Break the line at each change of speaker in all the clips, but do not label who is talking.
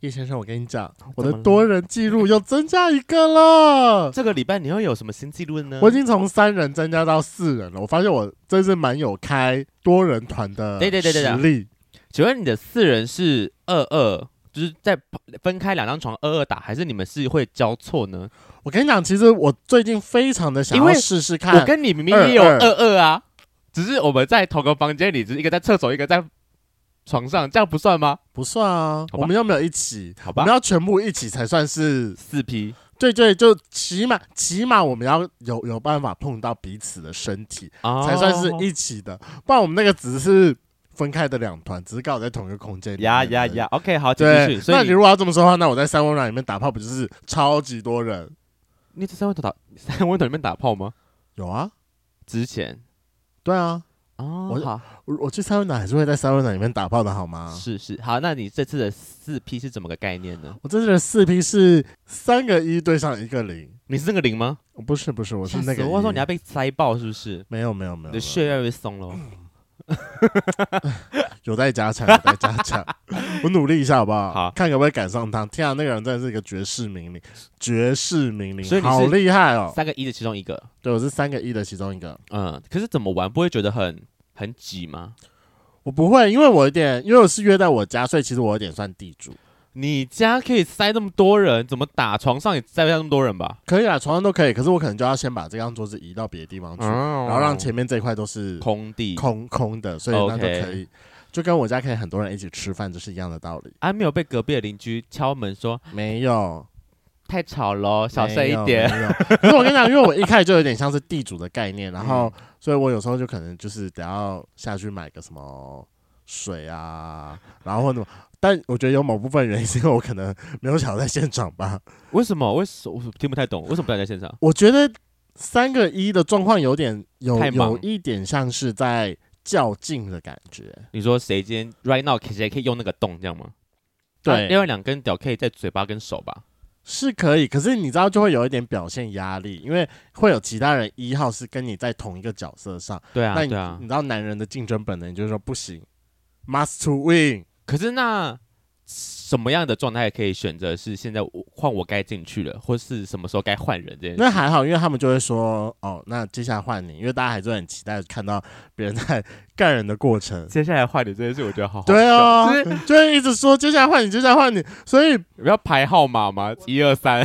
叶先生，我跟你讲，我
哦
的
怎么了
多人记录又增加一个 了。
这个礼拜你又有什么新记录呢？
我已经从三人增加到四人了，我发现我真是蛮有开多人团的
对对对对对
实力。
请问你的四人是二二，就是在分开两张床二二打，还是你们是会交错呢？
我跟你讲，其实我最近非常的想
因
要
为
试试看，
我跟你明明也有
二
二
二
二啊，只是我们在同个房间里，只是一个在厕所，一个在床上，这样不算吗？
不算啊，
好吧
我们又没有一起，
好
我
吧
们，要全部一起才算是
四 P
对对，就起码起码我们要有有办法碰到彼此的身体，
啊
才算是一起的，不然我们那个只是分开的两团，只是刚好在同一个空间里面
呀
而已。
呀呀，OK，好，请继
对
续。，所
那
以
你如果要这么说的话，那我在三温暖里面打炮不就是超级多人？
你在三温暖打三温暖里面打炮吗？
有啊，
之前
对啊，
哦，
我
好
我我去三温暖还是会在三温暖里面打炮的好吗？
是是好，那你这次的四 P 是怎么个概念呢？
我这次的四批是三个一对上一个零，
你是那个零吗？
我不是不是，我是
吓
那
死
个
我说
一
你要被塞爆是不是？
没有没有没有
你的
没
血
有，
越来越松了。
有待加强，有待加 强，我努力一下好不好？
好
看可不可以赶上他。天啊，那个人真的是一个绝世名伶，绝世名
所
伶，
以你是
好厉害哦！
三个一的其中一个，
对，我是三个一的其中一个。
嗯，可是怎么玩不会觉得很很挤吗？
我不会，因为我有点，因为我是约在我家，所以其实我有点算地主。
你家可以塞那么多人，怎么打床上也塞不下那么多人吧？
可以啊，床上都可以，可是我可能就要先把这张桌子移到别的地方去，
哦
然后让前面这块都是
空地
空空的，所以那就
OK
可以就跟我家可以很多人一起吃饭，这是一样的道理。
啊，没有被隔壁的邻居敲门说
没有，
太吵了，小声一
没有
点。。
没有可是我跟你讲，因为我一开始就有点像是地主的概念，然后、
嗯
所以我有时候就可能就是得要下去买个什么水啊，然后或者。但我觉得有某部分原因是因为我可能没有想到在现场吧。
为什么？为什么我听不太懂？为什么不要在现场？
我觉得三个一的状况有点有
太忙
有一点像是在较劲的感觉。
你说谁今天 right now 谁可以用那个洞这样吗？啊
对，
另外两根屌可以在嘴巴跟手吧？
是可以，可是你知道就会有一点表现压力，因为会有其他人一号是跟你在同一个角色上，
对啊，
那你、
对啊
你。知道男人的竞争本能就是说不行，must to win，
可是那什么样的状态可以选择是现在我换我该进去了，或是什么时候该换人这件事？
那还好，因为他们就会说哦，那接下来换你，因为大家还是很期待看到别人在干人的过程。
接下来换你这件事，我觉得好好
对
笑
哦
就是，
就会一直说接下来换你，接下来换你，所以
不要排号码吗？一二三，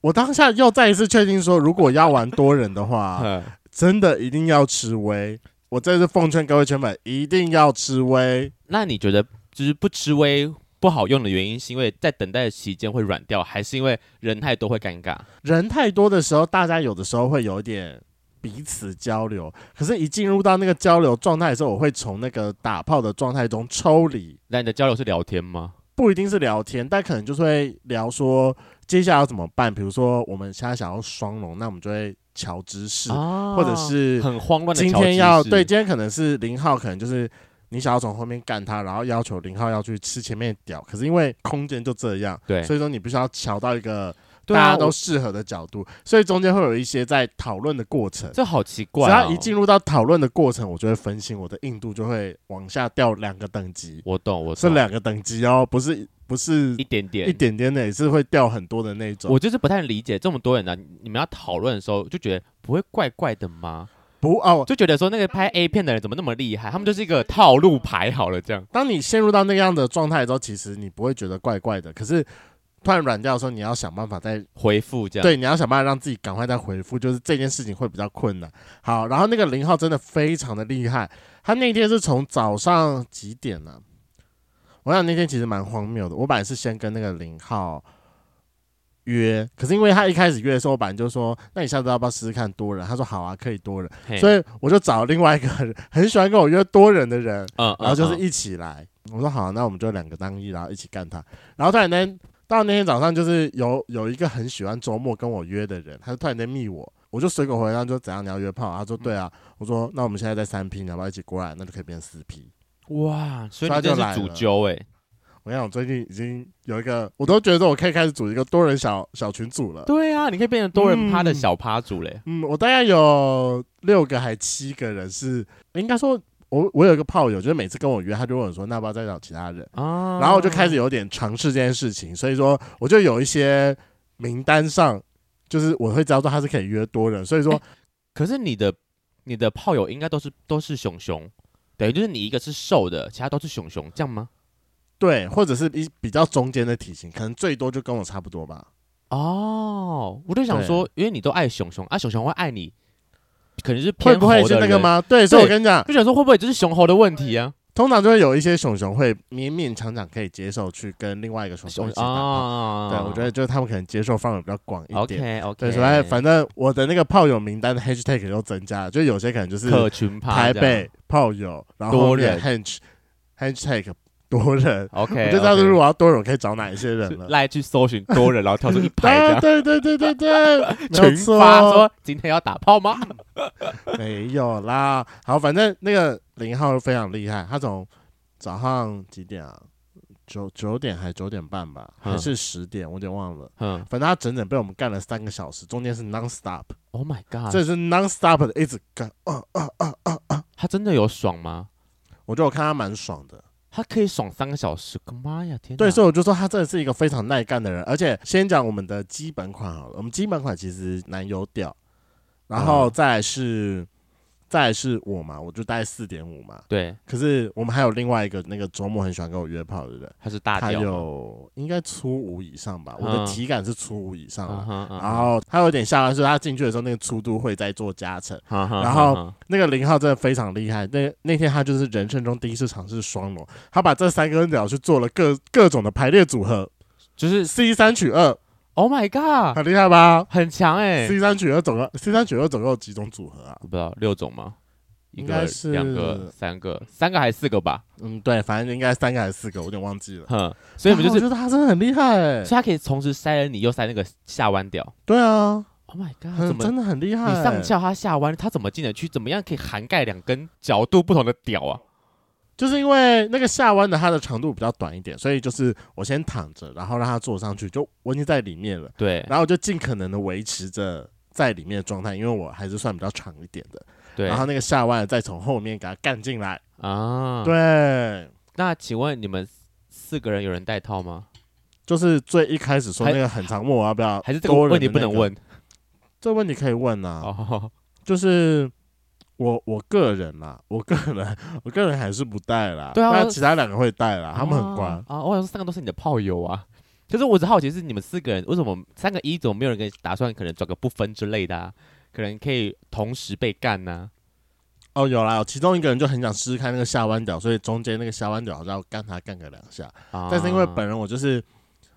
我当下又再一次确定说，如果要玩多人的 话，
哼
真的一定要吃威。我这是奉劝各位圈粉，一定要吃威。
那你觉得就是不吃威不好用的原因，是因为在等待的期间会软掉，还是因为人太多会尴尬？
人太多的时候，大家有的时候会有点彼此交流，可是，一进入到那个交流状态的时候，我会从那个打炮的状态中抽离，
那你的交流是聊天吗？
不一定是聊天，但可能就是会聊说接下来要怎么办。比如说，我们现在想要双龙，那我们就会瞧知识，
啊
或者是
很慌乱的
今
调
天
剂
要
式
对，今天可能是零号，可能就是你想要从后面干他，然后要求零号要去吃前面的屌，可是因为空间就这样，
对
所以说你必须要瞧到一个
对
大
啊
家都
我
适合的角度，所以中间会有一些在讨论的过程。
这好奇怪、
只
哦。
要一进入到讨论的过程，我就会分心，我的硬度就会往下掉两个等级，
我懂，我
是
懂，
两个等级哦，不是不是
一点哦点，
一点点的，也是会掉很多的那种。
我就是不太理解这么多人呢、啊你们要讨论的时候就觉得不会怪怪的吗？
不哦，
就觉得说那个拍 A 片的人怎么那么厉害？他们就是一个套路牌好了这样。
当你陷入到那样的状态之后，其实你不会觉得怪怪的，可是突然软掉的时候，你要想办法再
回复这样，，
对，你要想办法让自己赶快再回复，就是这件事情会比较困难。好，然后那个零号真的非常的厉害，他那天是从早上几点呢、我想那天其实蛮荒谬的，我本来是先跟那个零号约，可是因为他一开始约的时候，我本来就说，那你下次要不要试试看多人？他说好啊，可以多人，
嘿
所以我就找另外一个人很喜欢跟我约多人的人，
嗯，
然后就是
一
一起来。我说好，那我们就两个当一，然后一起干他。然后突然间到那天早上，就是有有一个很喜欢周末跟我约的人，他就突然间密我，我就随口回他说怎样你要约炮？他说对啊，我说
嗯
那我们现在在三 P，你要不要一起过来？那就可以变四 P。
哇，所
所以
以
他
你
就
真
来
是主
了
揪哎、
我跟你讲，我最近已经有一个，我都觉得我可以开始组一个多人小小群组了。
对啊，你可以变成多人趴的
嗯
小趴主嘞。
嗯，我大概有六个还七个人是，嗯应该说我我有一个炮友，就是每次跟我约，他就问我说，那要不要再找其他人？
啊，
嗯然后我就开始有点尝试这件事情，所以说我就有一些名单上，就是我会知道说他是可以约多人，所以说
哎可是你的你的炮友应该都是都是熊熊，等于就是你一个是瘦的，其他都是熊熊，这样吗？
对，或者是比比较中间的体型，可能最多就跟我差不多吧。
哦，我就想说，因为你都爱熊熊啊，熊熊会爱你，可能是
会
偏
不会
猴
是
的
那个
人？
吗？对，所以我
对
跟你讲，
就想说会不会就是熊猴的问题啊？
通常就会有一些熊熊会勉勉强强可以接受去跟另外一个熊熊
熊
一起打炮。
啊，
对，我觉得就是他们可能接受范围比较广一点。
OK OK，
对，所以反正我的那个炮友名单的 hashtag 又增加了，就有些可能就是
客群趴
台
啊这样
北炮友，然后
多
后面
人
hash hashtag 多人，
OK，
我就知道，如
OK
果要多人，我可以找哪一些人
是
了。
赖去搜寻多人，然后跳出一排 这
对对对
样。
对对 对，没有
群发
错，
说今天要打 炮吗？
没有啦。好，反正那个林浩非常厉害，他从早上几点啊？九九点还九点半吧，
嗯
还是十点？我有点忘了。
嗯
反正他整整被我们干了三个小时，中间是 non stop，
，Oh my god，
这是 non stop 的一直干。哦哦哦哦，
他真的有爽吗？
我觉得我看他蛮爽的。
他可以爽三个小时，个妈呀，天哪！
对，所以我就说他真的是一个非常耐干的人。而且先讲我们的基本款好了，我们基本款其实男优调，然后
嗯
再来是、再来是我嘛，我就大概四点五嘛。
对，
可是我们还有另外一个那个周末很喜欢跟我约炮的人，
他是大
他
屌嘛，
有啊应该初五以上吧，我的
嗯
体感是初五以上
嗯
啊。
哼，
然后他有点下拉，是他进去的时候那个粗度会再做加成。
嗯哼，
然后那个零号真的非常厉害，那那天他就是人生中第一次尝试双龙，他把这三根屌去做了各各种的排列组合
就是
C 三取二，
Oh my god，
很厉害吧
很强哎，
？C 三取二总共 C 三取二总共有几种组合啊？
我不知道六种吗？一
应
个
该、是
两个、三个、三个还是四个吧？
嗯，对，反正应该三个还是四个，我有点忘记了。
哼，所以我们
然
就是，
后我觉得他真的很厉害、欸
所以，他可以同时塞了你，又塞那个下弯屌。
对啊，
Oh my god，
很
怎么
真的很厉害、
你
欸。
上翘他下弯，他怎么进得去？怎么样可以涵盖两根角度不同的屌啊？
就是因为那个下弯的它的长度比较短一点，所以就是我先躺着，然后让他坐上去，就我已经在里面了。
对
然后我就尽可能的维持着在里面的状态，因为我还是算比较长一点的。
对
然后那个下弯的再从后面给他干进来。
啊，。
对，
那请问你们四个人有人戴套吗？
就是最一开始说那个很长问我要不要、
还是这个问题不能？问？
这个问题可以问啊，
哦，
就是。我我个人啦，我个人， 我个人还是不带啦。
对啊
那其他两个会带啦， 他们很乖。
啊！啊我想说三个都是你的炮友啊，可是我只好奇是你们四个人为什么三个一怎么没有人跟你打算可能找个不分之类的、啊，可能可以同时被干啊呢、
哦，有啦，其中一个人就很想试试看那个下弯屌，所以中间那个下弯屌好像要干他干个两下，
啊？
但是因为本人我就是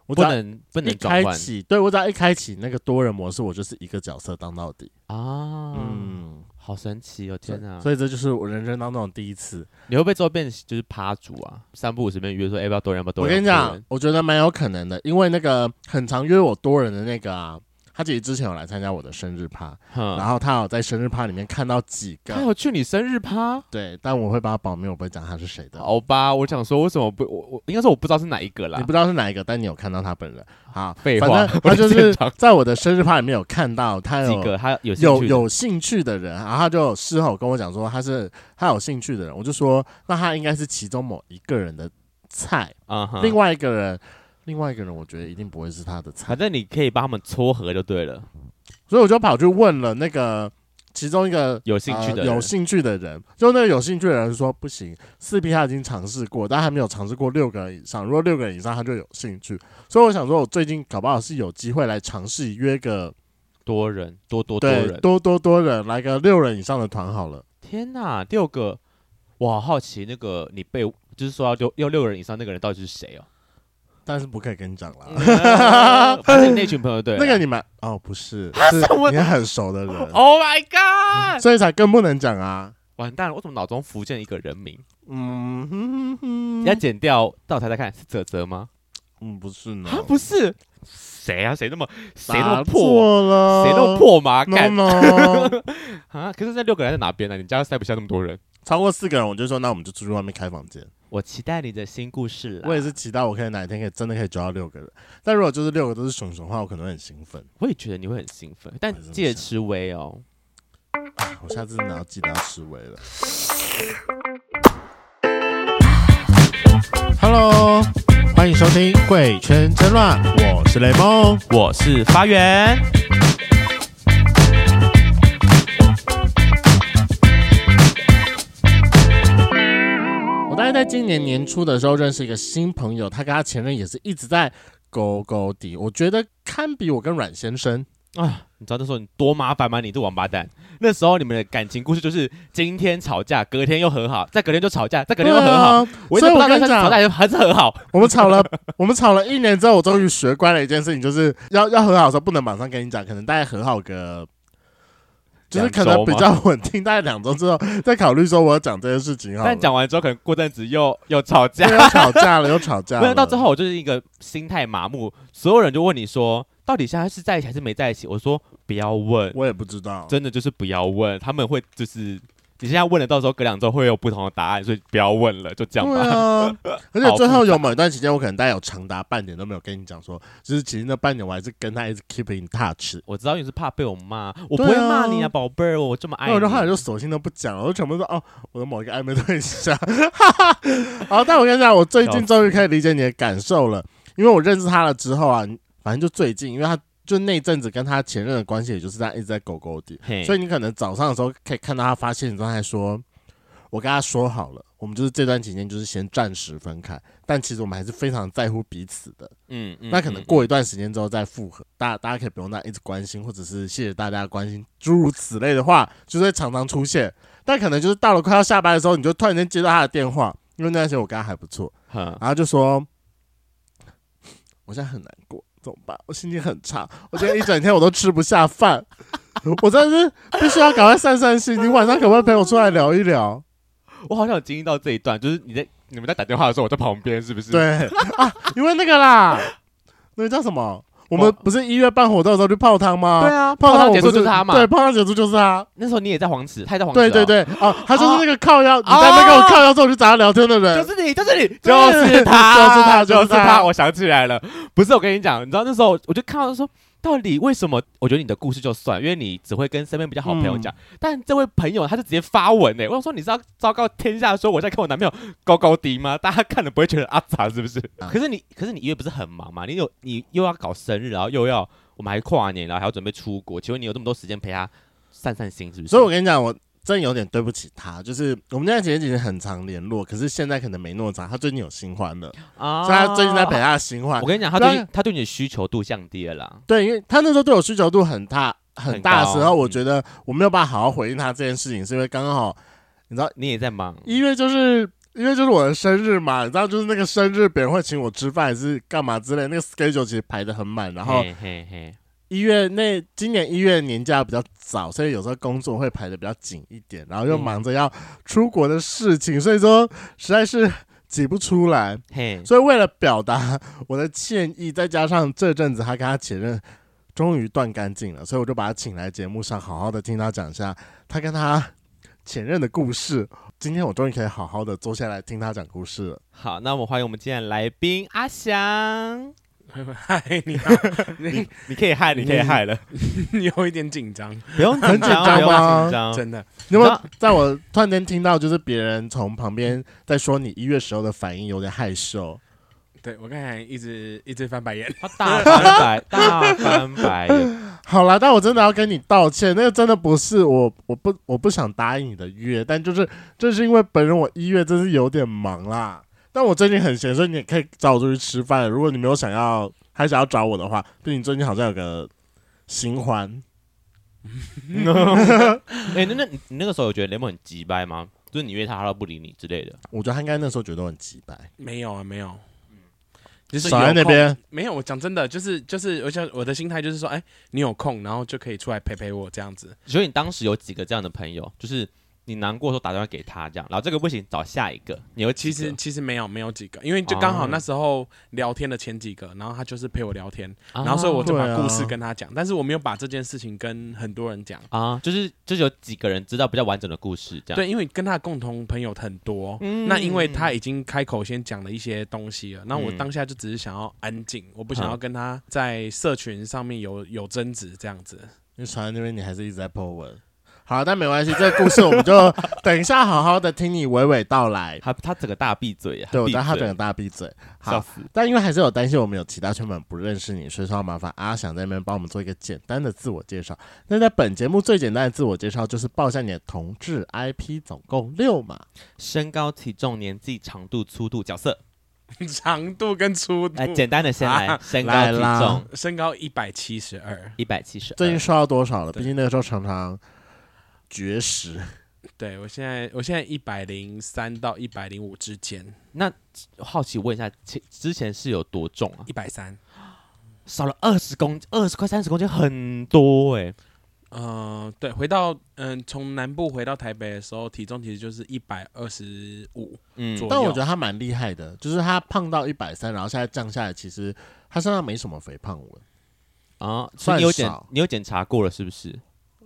我只
不
要
能不
一
能转
开
换
启，对我只要一开启那个多人模式，我就是一个角色当到底。
啊，
嗯，
好神奇哦！天哪，
所以这就是我人生当中的第一次。
你会不会之后变就是趴主啊？三不五时便约说，哎、要不要多人，要不要多
我
人？
跟你
要不要多
讲
人，，
我觉得蛮有可能的，因为那个很常约我多人的那个啊，他其实之前有来参加我的生日趴，
哼
然后他有在生日趴里面看到几
嗯他
个，
有去你生日趴？
对，但我会帮他保密，我不会讲他是谁的。
好吧，我想说为什么不我我应该说我不知道是哪一个啦
你不。知道是哪一个，但你有看到他本人。好，
废
反
话
正，
我
他就
现
是
场
在我的生日趴里面有看到他有
几个他有兴
有
趣的
有兴趣的人，然后他就事后跟我讲说他是他有兴趣的人，我就说那他应该是其中某一个人的菜，
啊哈，
另外一个人，另外一个人我觉得一定不会是他的菜
反，正你可以帮他们撮合就对了。
所以我就跑去问了那个其中一个
有兴趣的
呃有
人
兴趣的人，就那个有兴趣的人说不行，四 P 他已经尝试过，但还没有尝试过六个人以上，如果六个人以上他就有兴趣，所以我想说我最近搞不好是有机会来尝试约个
多人多多多
对
人，
多多多人来个六人以上的团好了。
天哪，六个！我好好奇那个你被就是说要六要六个人以上那个人到底是谁 哦？
但是不可以跟你讲
嗯
啦。
反正你那群朋友对了
那个你们哦不是，是你很熟的
哦
人，
，Oh my God！
所以才更不能讲啊。
完蛋了，我怎么脑中浮现一个人名？
嗯哼哼
要
哼，
剪掉，到台再看是泽泽吗？
嗯，不是呢，
啊，不是，谁啊？谁那么谁那
打
么破？
错了，
谁那么破嘛？
？No
干
No，
啊！可是那六个人在哪边呢？你家塞不下那么多人。
超过四个人我就说，那我们就出去外面开房间。
我期待你的新故事啦！
我也是，期待我可以哪一天可以真的可以抓到六个人，但如果就是六个都是熊熊的话，我可能会很兴奋。
我也觉得你会很兴奋，但
我也这么
记得
想
吃微哦。
哎我下次真的要记得要吃味了。Hello，欢迎收听《贵圈争乱》，我是雷梦。
我是发源，
我大概在今年年初的时候认识一个新朋友，他跟他前任也是一直在勾勾底，我觉得堪比我跟阮先生。
你知道那时候你多麻烦吗？你这王八蛋！那时候你们的感情故事就是今天吵架，隔天又和好，再隔天就吵架，再隔天又和好。
对啊
我一
所
直
以
不
我跟
知道他
你
是吵
讲
架，还是还是和好。
我们吵了，我们吵了一年之后，我终于学乖了一件事情，就是要要和好的时候不能马上跟你讲，可能大概和好个，就是可能
两周吗
比较稳定，大概两周之后再考虑说我要讲这件事情好了。
但讲完之后，可能过阵子又 又吵架
对。又吵架了，又吵架
没
了，
有到最后，我就是一个心态麻木，所有人就问你说，到底现在是在一起还是没在一起？我说不要问，
我也不知道。
真的就是不要问，他们会就是你现在问了，到时候隔两周会有不同的答案，所以不要问了，就这样
对
吧。
啊，而且最后有某一段时间，我可能大概有长达半年都没有跟你讲说，就是其实那半年我还是跟他一直 keep in touch，
我知道你是怕被我骂，我不
对啊
会骂你啊，宝贝儿，我这么爱
那
你。
我就后来就索性都不讲了，我就全部说哦，我的某一个暧昧对象。好，但我跟你讲，我最近终于可以理解你的感受了，因为我认识他了之后啊，反正就最近，因为他就那一阵子跟他前任的关系，也就是这样一直在狗狗底，
嘿
所以你可能早上的时候可以看到他发现你状态，说我跟他说好了，我们就是这段期间就是先暂时分开，但其实我们还是非常在乎彼此的。
嗯嗯
那可能
嗯
过一段时间之后再复合，大大家可以不用那样一直关心，或者是谢谢大家的关心，诸如此类的话，就是会常常出现。但可能就是到了快要下班的时候，你就突然间接到他的电话，因为那段时间我跟他还不错，
哼
然后就说，我现在很难过，怎么办？我心情很差，我今天一整天我都吃不下饭，我真的是必须要赶快散散心。你晚上可不可以陪我出来聊一聊？
我好像有经历到这一段，就是你在你们在打电话的时候，我在旁边，是不是？，
对啊，因为那个啦，那个叫什么？我们不是一月办活动的时候去泡汤吗？
对啊，
泡
泡
汤
汤
我
结
不
束
是
就是他嘛。
对，泡汤结束就是他。
那时候你也在黄池，他也在黄池、啊
对对，对，哦，他就是那个靠腰，你在那边跟我靠腰之后我就找他聊天的人，
哦就是你，就是你，
对
嗯 就是他，
就是他
就
就是是他
他。我想起来了，不是我跟你讲，你知道那时候我就看到说，到底为什么？我觉得你的故事就算，因为你只会跟身边比较好朋友讲，但这位朋友他就直接发文呢、欸我想说你是要昭告天下说我在跟我男朋友高高低吗？ 大家看了不会觉得阿杂是不是？
啊
可是你，可是你一月不是很忙嘛？你有你又要搞生日，然后又要我们还跨年，然后还要准备出国，请问你有这么多时间陪他散散心是不是？
所以我跟你讲，我真有点对不起他，就是我们现在前几天很常联络，可是现在可能没那么长，他最近有新欢了，
啊
所以他最近在陪他的新欢
我。跟你讲，他对
对
你他对你的需求度降低了啦。
对，因为他那时候对我需求度很大很大的时
很高
候，我觉得我没有办法好好回应他这件事情，是因为刚刚好
你也在忙，
一月就是。因为就是我的生日嘛，你知道，就是那个生日，别人会请我吃饭还是干嘛之类，那个 schedule 其实排的很满，然后
嘿嘿嘿，
一月那今年一月年假比较早，所以有时候工作会排的比较紧一点，然后又
嗯
忙着要出国的事情，所以说实在是挤不出来。
嘿，
所以为了表达我的歉意，再加上这阵子他跟他前任终于断干净了，所以我就把他请来节目上，好好的听他讲一下他跟他前任的故事。今天我终于可以好好的坐下来听他讲故事了。
好，那我们欢迎我们今天的来宾阿翔。
嗨，你好，
你
你
你可以害，你可以害了，
你有一点紧张，
不用紧
紧
张，
张
不用
吗
紧张。
真的。
你有没有
那
在我突然间听到，就是别人从旁边在说你一月时候的反应有点害羞？
对我刚才一直一直翻白眼，
他大翻白，大翻白眼。
好啦，但我真的要跟你道歉，那个真的不是我，我不我不想答应你的约，但就是这是因为本人我一月真是有点忙啦，但我最近很闲，所以你也可以找我出去吃饭。如果你没有想要还想要找我的话，毕竟最近好像有个新欢，
哎，那那你你那个时候有觉得雷蒙很急掰吗？就是你约他，他都不理你之类的。
我觉得他应该那时候觉得我很急白，
没有啊，没有，就是
少
有
在那
空
边。
没有。我讲真的，就是就是，我想我的心态就是说，哎，你有空，然后就可以出来陪陪我这样子。
所以你当时有几个这样的朋友，就是你难过的时候打电话给他这样，然后这个不行找下一个，你有几
其
个
实其实没有没有几个，因为就刚好
哦
那时候聊天的前几个，然后他就是陪我聊天，
啊
然后所以我就
对
把
啊
故事跟他讲，但是我没有把这件事情跟很多人讲。
啊，就是就是有几个人知道比较完整的故事这样，
对，因为跟他的共同朋友很多，
嗯
那因为他已经开口先讲了一些东西了，那
嗯
我当下就只是想要安静，我不想要跟他在社群上面有有争执这样子。
你传那边你还是一直在 po 文。好，但没关系，这个故事我们就等一下好好的听你娓娓道来。
他 他整个大闭嘴啊，
对，我
闭
当他
嘴
整个大闭嘴。
笑
好，
死，
但因为还是有担心我们有其他圈粉不认识你，所以说要麻烦阿翔在那边帮我们做一个简单的自我介绍。那在本节目最简单的自我介绍就是报一下你的同志 IP，总共六嘛。
身高、体重、年纪、长度、粗度、角色，
长度跟粗度，
来哎简单的先来，身高、
来
体
啦
重
身高一百七十二，
一百七十，
最近瘦到多少了？
对
毕竟那个时候常常绝食，
对我现在我现在一百零三到一百零五之间，
好奇问一下，其之前是有多重啊？
一百三，
少了二十公斤，二十块三十公斤很多哎、
嗯，对，回到嗯从、南部回到台北的时候，体重其实就是一百二十五
嗯
左右，
但我觉得他蛮厉害的，就是他胖到一百三，然后现在降下来，其实他身上没什么肥胖纹，
啊，
算
所以你有检
少
你有检查过了是不是？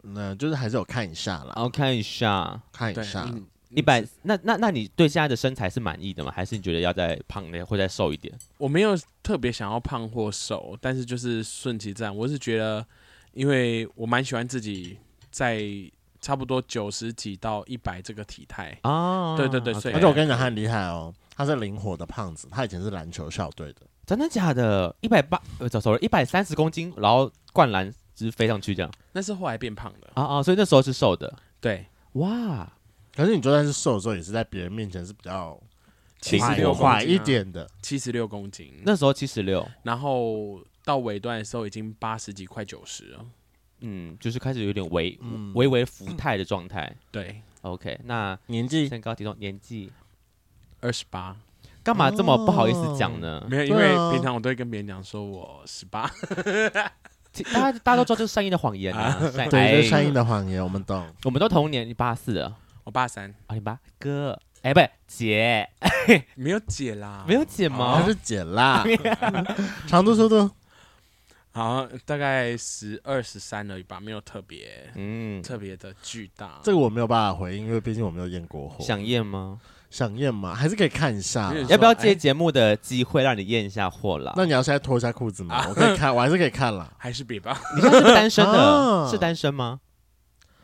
那就是还是有看一下啦，
然后看一下
看
哦对
一下。
嗯
一百，那那那你对现在的身材是满意的吗？还是你觉得要再胖一点，会再瘦一点？
我没有特别想要胖或瘦，但是就是顺其自然。我是觉得，因为我蛮喜欢自己在差不多九十几到一百这个体态。
啊，
对对对所以
而且我跟你讲，他很厉害哦，他是灵活的胖子，他以前是篮球校队的，
真的假的？一百八，呃，走，sorry，一百三十公斤，然后灌篮直飞上去这样
那是后来变胖的，
啊啊，所以那时候是瘦的，
对，
哇，
可是你就算是瘦的时候，也是在别人面前是比较
七十
76
六
公斤啊
垮一，点的，
七十六公斤。
那时候七十六，
然后到尾段的时候已经八十几，快九十了。
嗯，就是开始有点微
嗯
微微浮态的状态。
对，
OK，那
年纪
身高、体重、年纪，
二十八，
干嘛这么不好意思讲呢？
没有，因
对
为
啊
平常我都会跟别人讲说我十八，
其大家大家都知道这是善意的谎言 啊，善
对，就是善意
哎
的谎言，我们懂。
我们都同年，你八四了，
我八三，
啊，你八哥，哎，不姐，
没有姐啦，
没有姐
他
吗？
是姐啦，长度速度
好，大概十二十三而已吧，没有特别
嗯，
特别的巨大。
这个我没有办法回应，因为毕竟我没有验过货。
想验吗？
想验嘛，还是可以看一下啦。
没有
要不要
哎
借节目的机会让你验一下货啦？
那你要现在脱一下裤子吗？我可以看，我还是可以看啦。
还是别吧。
你现在是不是单身的？
啊
是单身吗？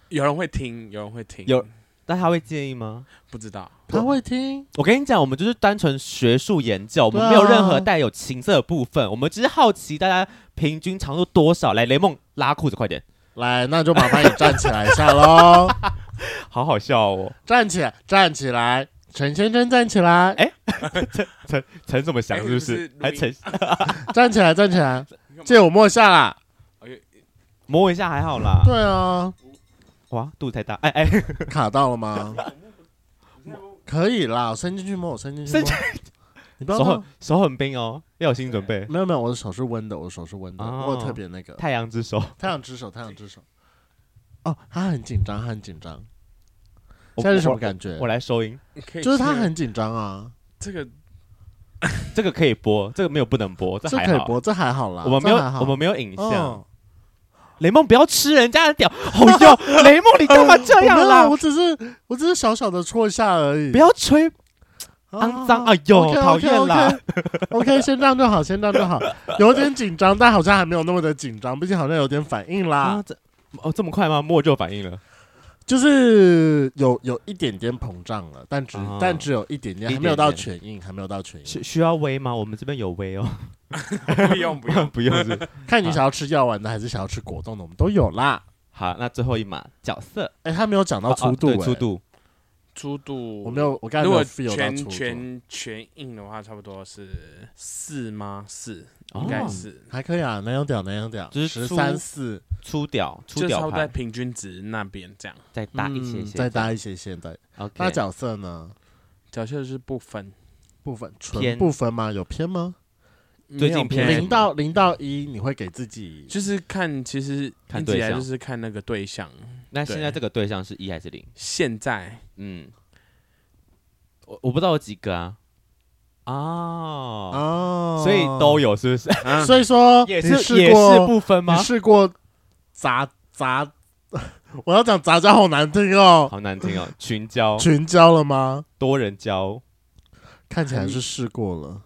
有人会听，有人会听，
有那他会介意吗？
不知道？
他会听，
我跟你讲，我们就是单纯学术研究，我
对
们
啊
没有任何带有情色的部分，我们只是好奇大家平均长度多少。来，雷梦拉裤子，快点！
来，那就麻烦你站起来一下喽，
好好笑哦，
站起来，站起来，陈先生站起来，
哎陈陈怎么想
哎
是不
是
是？
录
还
音
陈
站起来，站起来，借我摸一下啦。
摸一下还好啦。
对啊，
哇，肚子太大，哎哎，
卡到了吗？可以啦，我伸进去摸，我伸进去摸
伸进，
你不要
手很
动。
手很冰哦，要有心理准备。
没有没有，我的手是温的，我的手是温的，
哦
我有特别那个
太阳之手，
太阳之手，太阳之手。哦，他很紧张，他很紧张。
我
现在是什
我
么感觉
我？来收音，
可以
就是他
听
很紧张啊，
这个
这个可以播，这个没有不能播，这
这
还
可以
好。
播，这还好啦，
我们没有
这还好
我们没有影像。
嗯
雷梦不要吃人家的屌，哦 哟，雷梦你干嘛这样
我没有啊
啦
我？只是我只是小小的戳一下而已，
不要吹
啊
肮脏，哎呦，讨厌啦！！
OK，OK，OK OK，先这样就好，先这样就好。有点紧张，但好像还没有那么的紧张，毕竟好像有点反应啦
啊，，这哦这么快吗？莫就反应了，
就是有有一点点膨胀了，但只
啊
但只有一点点，
一点
还没有到全硬，还没有到全硬
需。需要微吗？我们这边有微 哦，
不
，
用不用
不用是不是。
看你想要吃药丸的，还是想要吃果冻的，我们都有啦。
好，那最后一码角色，
哎，他没有讲到粗度
哦哦对，
哎
粗，度
粗度
我没。有，我刚才
如
没有
果
feel 到粗
全
度，
全全硬的话，差不多是四吗？四，
哦
应该是，
还可以啊，南洋屌，南洋屌，
就是
十
粗
三四，
粗屌粗
就差
屌
不多在
派，
平均值那边这样。
再大一些
嗯
些，
再搭一些些，对。
OK。
那角色呢？
角色是不分，
部分纯
偏
部分吗？有偏吗？
最
没有
近偏
偏
零到零到一，你会给自己
就是看，其实
看
一直以来
对象
就是看那个对象。
那现在
对
这个对象是一还是零？
现在
嗯，我我不知道有几个啊。哦，
哦
所以都。有是不是？
啊，
所以说
也
你
是
试
也
过
是不分吗
你？试过杂杂？ 我要讲杂交好难听哦，
好难听哦，群交、
群交了吗？
多人交，
看起来是试过了。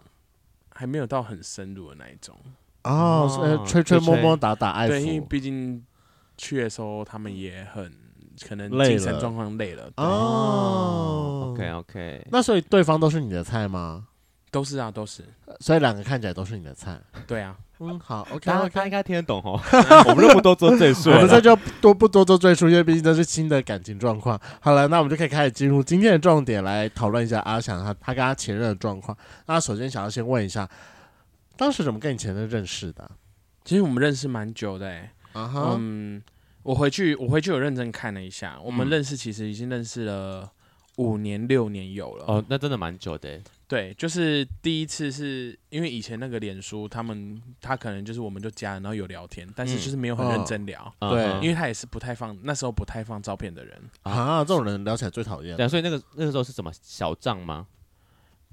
还没有到很深入的那一种。
哦，
哦
呃，吹吹
吹
摸摸打打爱
对，因为
抚，
毕竟去的时候他们也很可能
累
精
了啊
神状况累了，对
哦
OK OK，
那所以对方都是你的菜吗？
都是啊，都是，
所以两个看起来都是你的菜。
对啊，
嗯，好，OK
大家
OK
他。应该听得懂 哦，我们就不多做赘述
我们这
了。
就多不多做赘述，因为毕竟这是新的感情状况。好了，那我们就可以开始进入今天的重点，来讨论一下阿翔他他跟他前任的状况。那首先想要先问一下，当时怎么跟你前任认识的啊？
其实我们认识蛮久的、欸，
啊哈，
嗯，我回去我回去有认真看了一下，我们
嗯
认识其实已经认识了五年六年有了，
哦，那真的蛮久的欸。
对，就是第一次是因为以前那个脸书，他们他可能就是我们就加了，然后有聊天，
嗯
但是就是没有很认真聊，
嗯
对
嗯
因为他也是不太放那时候不太放照片的人，
啊，这种人聊起来最讨厌
对。啊，所以那个那个时候是什么小账吗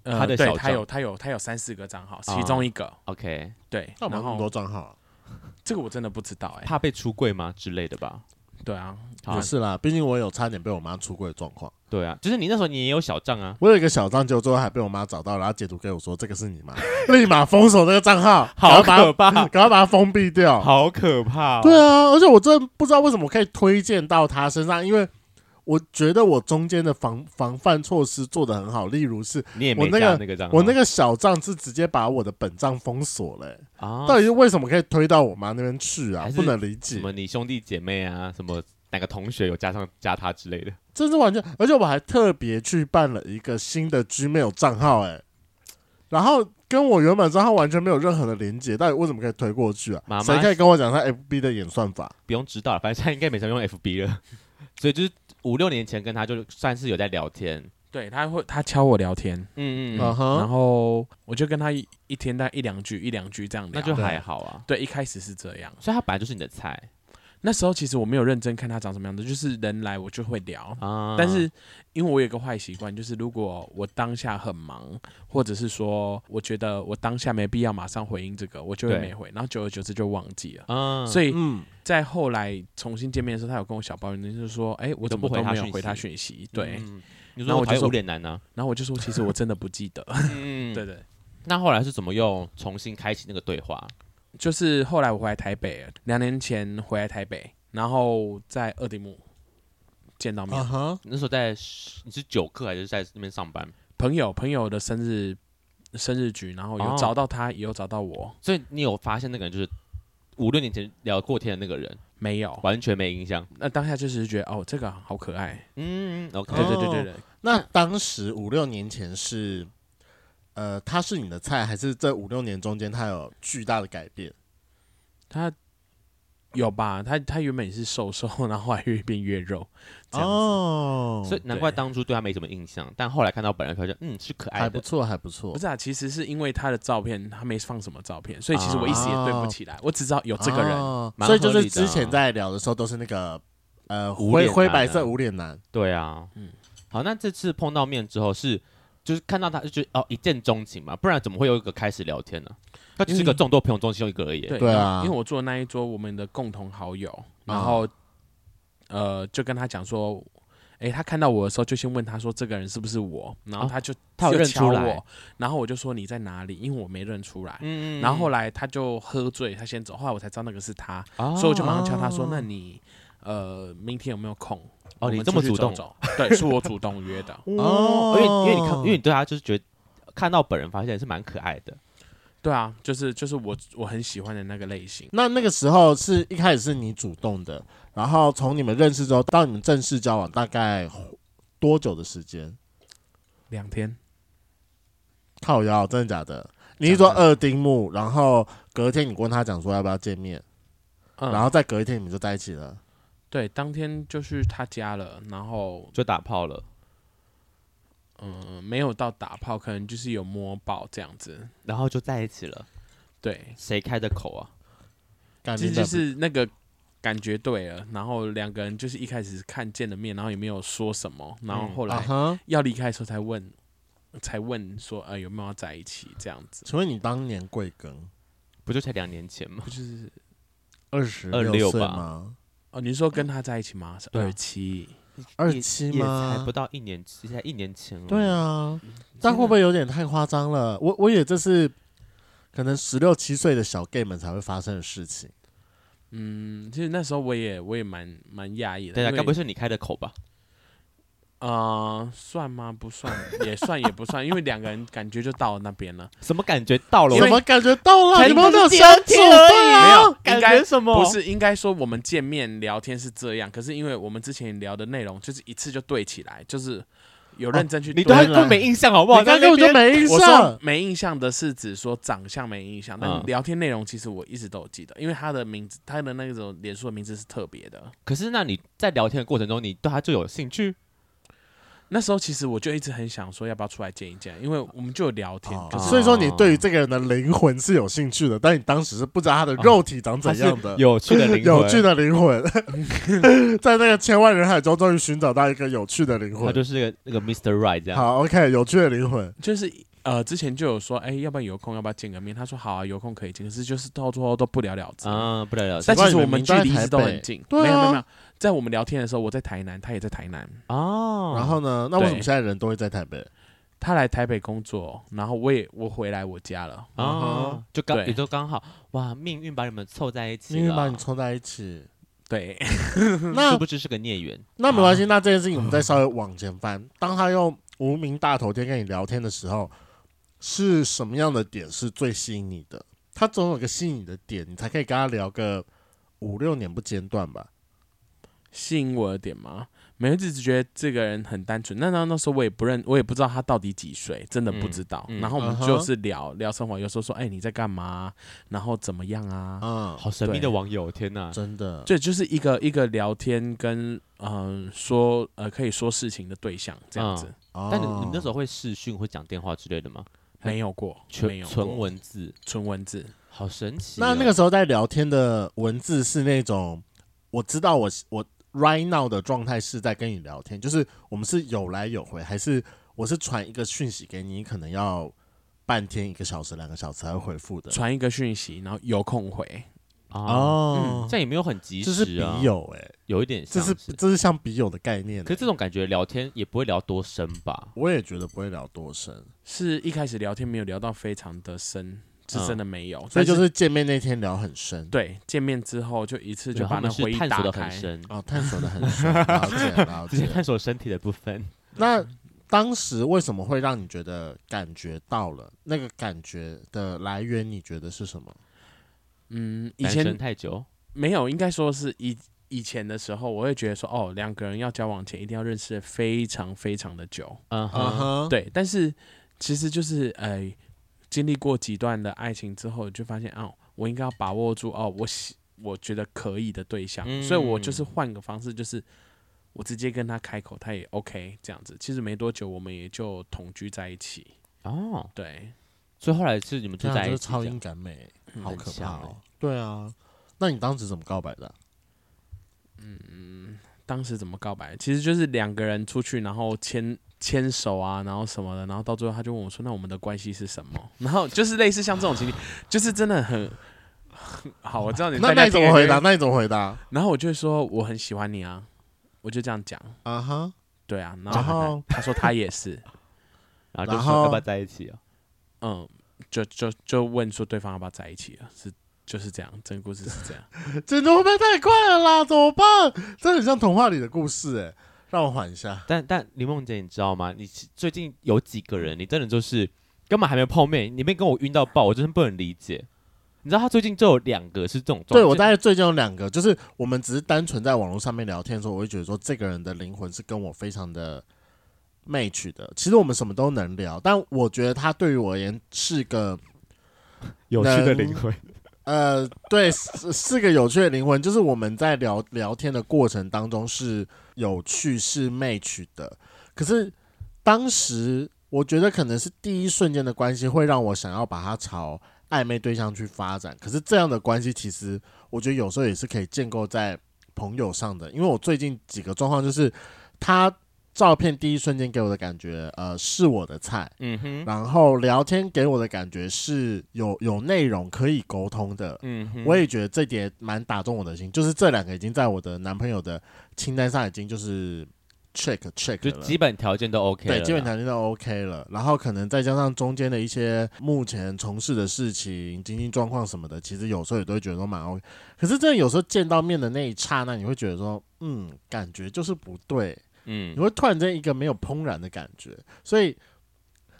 呃，
他的
对
小
他
账
有他有他有三四个
哦
账号，其
啊
中一个、
？OK，
对，
那我们
然
有那么
后
多账号啊，
这个我真的不知道哎、
怕被出柜吗之类的吧？
对啊，
好
不是啦，毕竟我有差点被我妈出轨的状况。
对啊，就是你那时候你也有小账啊，
我有一个小账，结果最后还被我妈找到，然后截图给我说这个是你妈， 立马封锁那个账号，
好
赶快
可
把
怕
它，赶快把它封闭掉。
好可怕哦。
对啊，而且我真的不知道为什么可以推荐到他身上，因为我觉得我中间的防防范措施做得很好，例如是
你也
我
没
那
加
个
那个账号，啊
我那个小账是直接把我的本账封锁了、欸
啊
到底是为什么可以推到我妈那边去啊
还？是
不能理
什
解，
么你兄弟姐妹啊，什么哪个同学有加上加他之类的，
真是完全，而且我还特别去办了一个新的 Gmail 账号、欸，哎，然后。跟我原本账号完全没有任何的连接，到底为什么可以推过去啊？
妈妈
谁可以跟我讲他 FB 的演算法？
不用知道了，反正现在应该没什么用 FB 了。 所以就是五六年前跟他就算是有在聊天，
对他会他敲我聊天，
嗯嗯，
嗯哼
然，后我就跟他一一天大概一两句一两句这样聊，
那就还好啊。
对，一开始是这样。
所以他本来就是你的菜
那时候其实我没有认真看他长什么样子，就是人来我就会聊。
啊，
但是因为我有一个坏习惯，就是如果我当下很忙，或者是说我觉得我当下没必要马上回应这个，我就会
对
没回，然后久而久之就忘记了。
啊，
所以
嗯，
在后来重新见面的时候，他有跟我小抱怨，就是说：“哎、我怎
都不
么都
回他
没有
讯
回他
息
讯息？”对，
嗯你
那
说
我
我
就
讨厌
说
无脸男啊呢？
然后我就说：“其实我真的不记得。”
嗯，
对。对，
那后来是怎么又重新开启那个对话？
就是后来我回来台北，两年前回来台北，然后在二丁目见到面。
啊哈，
那时候在十你是九课还是在那边上班？
朋友朋友的生日生日局，然后有
哦
找到他，也有找到我，
所以你有发现那个人就是五六年前聊过天的那个人，
没有。
完全没印象。
那当下就只是觉得哦，这个好可爱。
嗯，OK，
对对对对对，
那当时五六年前是，呃，他是你的菜，还是这五六年中间他有巨大的改变？
他有吧？他他原本也是瘦瘦，然后后来越变越肉，这样子。
哦
所以难怪
对
当初对他没什么印象，但后来看到本人，发现嗯是可爱
还不
的，
错，还不错
不。是啊，其实是因为他的照片，他没放什么照片，所以其实我一时也对不起来。我只知道有这个人，
啊哦
蛮
所
合
以
理的啊
就是之前在聊的时候都是那个呃
无脸
灰
男啊
灰白色无脸男，
对啊，嗯
嗯，
好，那这次碰到面之后是就是看到他就觉得哦一见钟情嘛，不然怎么会有一个开始聊天呢？他只是
因
个
为
众多朋友中其中一个而已。
对
对啊
因为我坐那一桌，我们的共同好友，
啊
然后、呃，就跟他讲说，诶，他看到我的时候，就先问他说这个人是不是我，然后
啊
他就、
他有
就
认
敲
出来
我，然后我就说你在哪里，因为我没认出来。
嗯
然后后来他就喝醉，他先走，后来我才知道那个是他，
哦
所以我就马上叫他说，那你。呃，明天有没有空？
哦，
我
你
们
这么
出去
主
走
动
走，对，是我主动约的。
哦，因为因为你看，因为你对他就是觉得看到本人发现是蛮可爱的，
对啊，就是就是我我很喜欢的那个类型。
那那个时候是一开始是你主动的，然后从你们认识之后到你们正式交往大概多久的时间？
两天，
靠腰，真的假的？你是说二丁目，然后隔天你跟他讲说要不要见面，
嗯，
然后再隔一天你们就在一起了。
对，当天就去他家了，然后
就打炮了。
嗯，没有到打炮，可能就是有摸爆这样子。
然后就在一起了，
对，
谁开的口啊？
感
这
觉
就是那个感觉对了，然后两个人就是一开始是看见了面，然后也没有说什么，然
嗯
后后
啊
来
哈，
要离开的时候才问，才问说呃有没有要在一起这样子，
请问你当年贵庚？
不就才两年前吗
不？就是
二十
26
岁
吧
吗？
哦你是说跟他在一起吗？是
对啊
二七，
二
也
七
也
吗
才不到一年，其实才一年前了。
对，啊，但会不会有点太夸张了？我我也这是可能十六七岁的小 gay 们才会发生的事情。
嗯，其实那时候我也我也蛮蛮讶异的，
对啊，
因为
该不会是你开的口吧？
呃算吗？不算，也算也不算，因为两个人感觉就到那边了，
什么感觉到了？
怎么感觉到了？
才
你们没有
第
相
二
处？
天而已
对啊
没有
感
应该
觉什么？
不，是，应该说我们见面聊天是这样，可是因为我们之前聊的内容就是一次就对起来，就是有认真去
你
对、
对
还啊
他
原来
都没印象好不好？
啊你刚根本就没印
我说
象。
没印象的是指说长相没印象，但
嗯
聊天内容其实我一直都有记得，因为他的名字，他的那种脸书的名字是特别的。
可是那你在聊天的过程中，你对他就有兴趣？
那时候其实我就一直很想说要不要出来见一见，因为我们就有聊天，
哦
可是
所以说，你对于这个人的灵魂是有兴趣的，但你当时是不知道他的肉体长怎样的。
他是有趣的灵魂，
有趣的灵魂， 在那个千万人海中，终于寻找到一个有趣的灵
他
魂。
就是那个那个 Mr. Right 这样。
好，OK，有趣的灵魂。
就是呃之前就有说，哎、要不要有空，要不要见个面？他说好啊，有空可以见，可是就是到最后都不了了之。
啊，不了了之
呃但
怪
其实
你们
我们
明
距
明都在
离一直
台
都很
北
近，
对啊
没有没有没有，在我们聊天的时候，我在台南，他也在台南，
哦。
然后呢？那为什么
对
现在人都会在台北？
他来台北工作，然后我也我回来我家
啊
了，
哦，就刚
对
也就刚好，哇，命运把你们凑在一起
因为把你
了，
凑在一起。
对，
那
殊不知是个孽缘。
那没
啊
关系，那这件事情我们再稍微往前 翻。当他用无名大头贴跟你聊天的时候，是什么样的点是最吸引你的？他总有个吸引你的点，你才可以跟他聊个五六年不间断吧？
吸引我的点吗？没有，一直觉得这个人很单纯。那那那时候我也不认，我也不知道他到底几岁，真的不知道。
嗯嗯
然后我
嗯
们
哼
就是聊、聊生活，有时候说，哎、你在干嘛？然后怎么样啊？
嗯，
好神秘的
对
网友，天哪！
真的，
这就是一个一个聊天跟嗯、呃说呃可以说事情的对象
嗯
这样子，
哦
但你你们那时
候
候会视讯、会讲电话之类的吗？
没有过，没
纯
有
纯
过
文字，
纯文字，
好神奇哦。
那那个时候在聊天的文字是那种，我知道我我 right now 的状态是在跟你聊天，就是我们是有来有回，还是我是传一个讯息给你，可能要半天、一个小时、两个小时才会回复的。
传一个讯息，然后有空回。
哦，
哦，
这样也没有很及
这是
时啊
笔，友哎、
有一点
这
像
是这是像笔友的概念、欸
可是这种感觉聊天也不会聊多深吧？
我也觉得不会聊多深，
是一开始聊天没有聊到非常的深，是
嗯
真的没有，
所以就
但是
是见面那天聊很深，
对见面之后就一次
对
就
他
把那
们是
回忆
探索
打
的
开
很，深，
哦，探索的很深，了解了
直接 探
解。
索身体的部分。
那当时为什么会让你觉得感觉到了那个感觉的来源？你觉得是什么？
嗯，以
单身
前
太久，
没有，应该说是以以前的时候，我会觉得说哦，两个人要交往前一定要认识得非常非常的久，
嗯
啊
哼，
哈，
对，但是其实就是呃，经历过几段的爱情之后，就发现哦，我应该要把握住哦，我喜我觉得可以的对象，所以我就是
嗯
换个方式，就是我直接跟他开口，他也 OK 这样子。其实没多久，我们也就同居在一起。
哦，
对，
所以后来是你们住
这样
在
啊就
一
是
起这
超
样，
音感美，
嗯
好
很
可怕
像
哦
欸。
对啊，那你当时怎么告白的啊？
当时怎么告白？其实就是两个人出去，然后牵牵手啊，然后什么的，然后到最后他就问我说：“那我们的关系是什么？” 然后就是类似像这种情景，就是真的很。很好，我知道你。
那那你怎么回答？？那你怎么回答？
然后我就会说我很喜欢你啊，我就这样讲，
啊哈，
对啊。然
然
后
后
他说他也是，
然后就
然
说要不
后
要在一起啊？
嗯，就就就问说对方要不要在一起了，是就是这样，整个故事是这样。
真的会不会太快了啦？怎么办？这很像童话里的故事哎、让我缓一下。
但但林梦姐，你知道吗？你其最近有几个人，你真的就是根本还没碰面，你没跟我晕到爆，我真的不能理解。你知道他最近就有两个是这种状态，
对我大概最近有两个，就是我们只是单纯在网络上面聊天的时候，我会觉得说这个人的灵魂是跟我非常的 match 的。其实我们什么都能聊，但我觉得他对于我而言是个
有
趣的灵
魂，
呃，对，是是个有趣的灵魂，就是我们在聊聊天的过程当中是有趣、是 match 的。可是当时我觉得可能是第一瞬间的关系会让我想要把它朝暧昧对象去发展，可是这样的关系其实我觉得有时候也是可以建构在朋友上的，因为我最近几个状况就是他照片第一瞬间给我的感觉，呃，是我的菜，
嗯哼，
然后聊天给我的感觉是有有内容可以沟通的，
嗯哼，
我也觉得这点蛮打动我的心，就是这两个已经在我的男朋友的清单上已经就是 check check
就
了
基本条件都 OK
对，
了
基本
啦
条件都 OK 了，然后可能再加上中间的一些目前从事的事情、经济状况什么的，其实有时候也都会觉得都蛮 OK。可是真的有时候见到面的那一刹那，你会觉得说，嗯，感觉就是不对，你
嗯，
会突然间一个没有怦然的感觉，所以、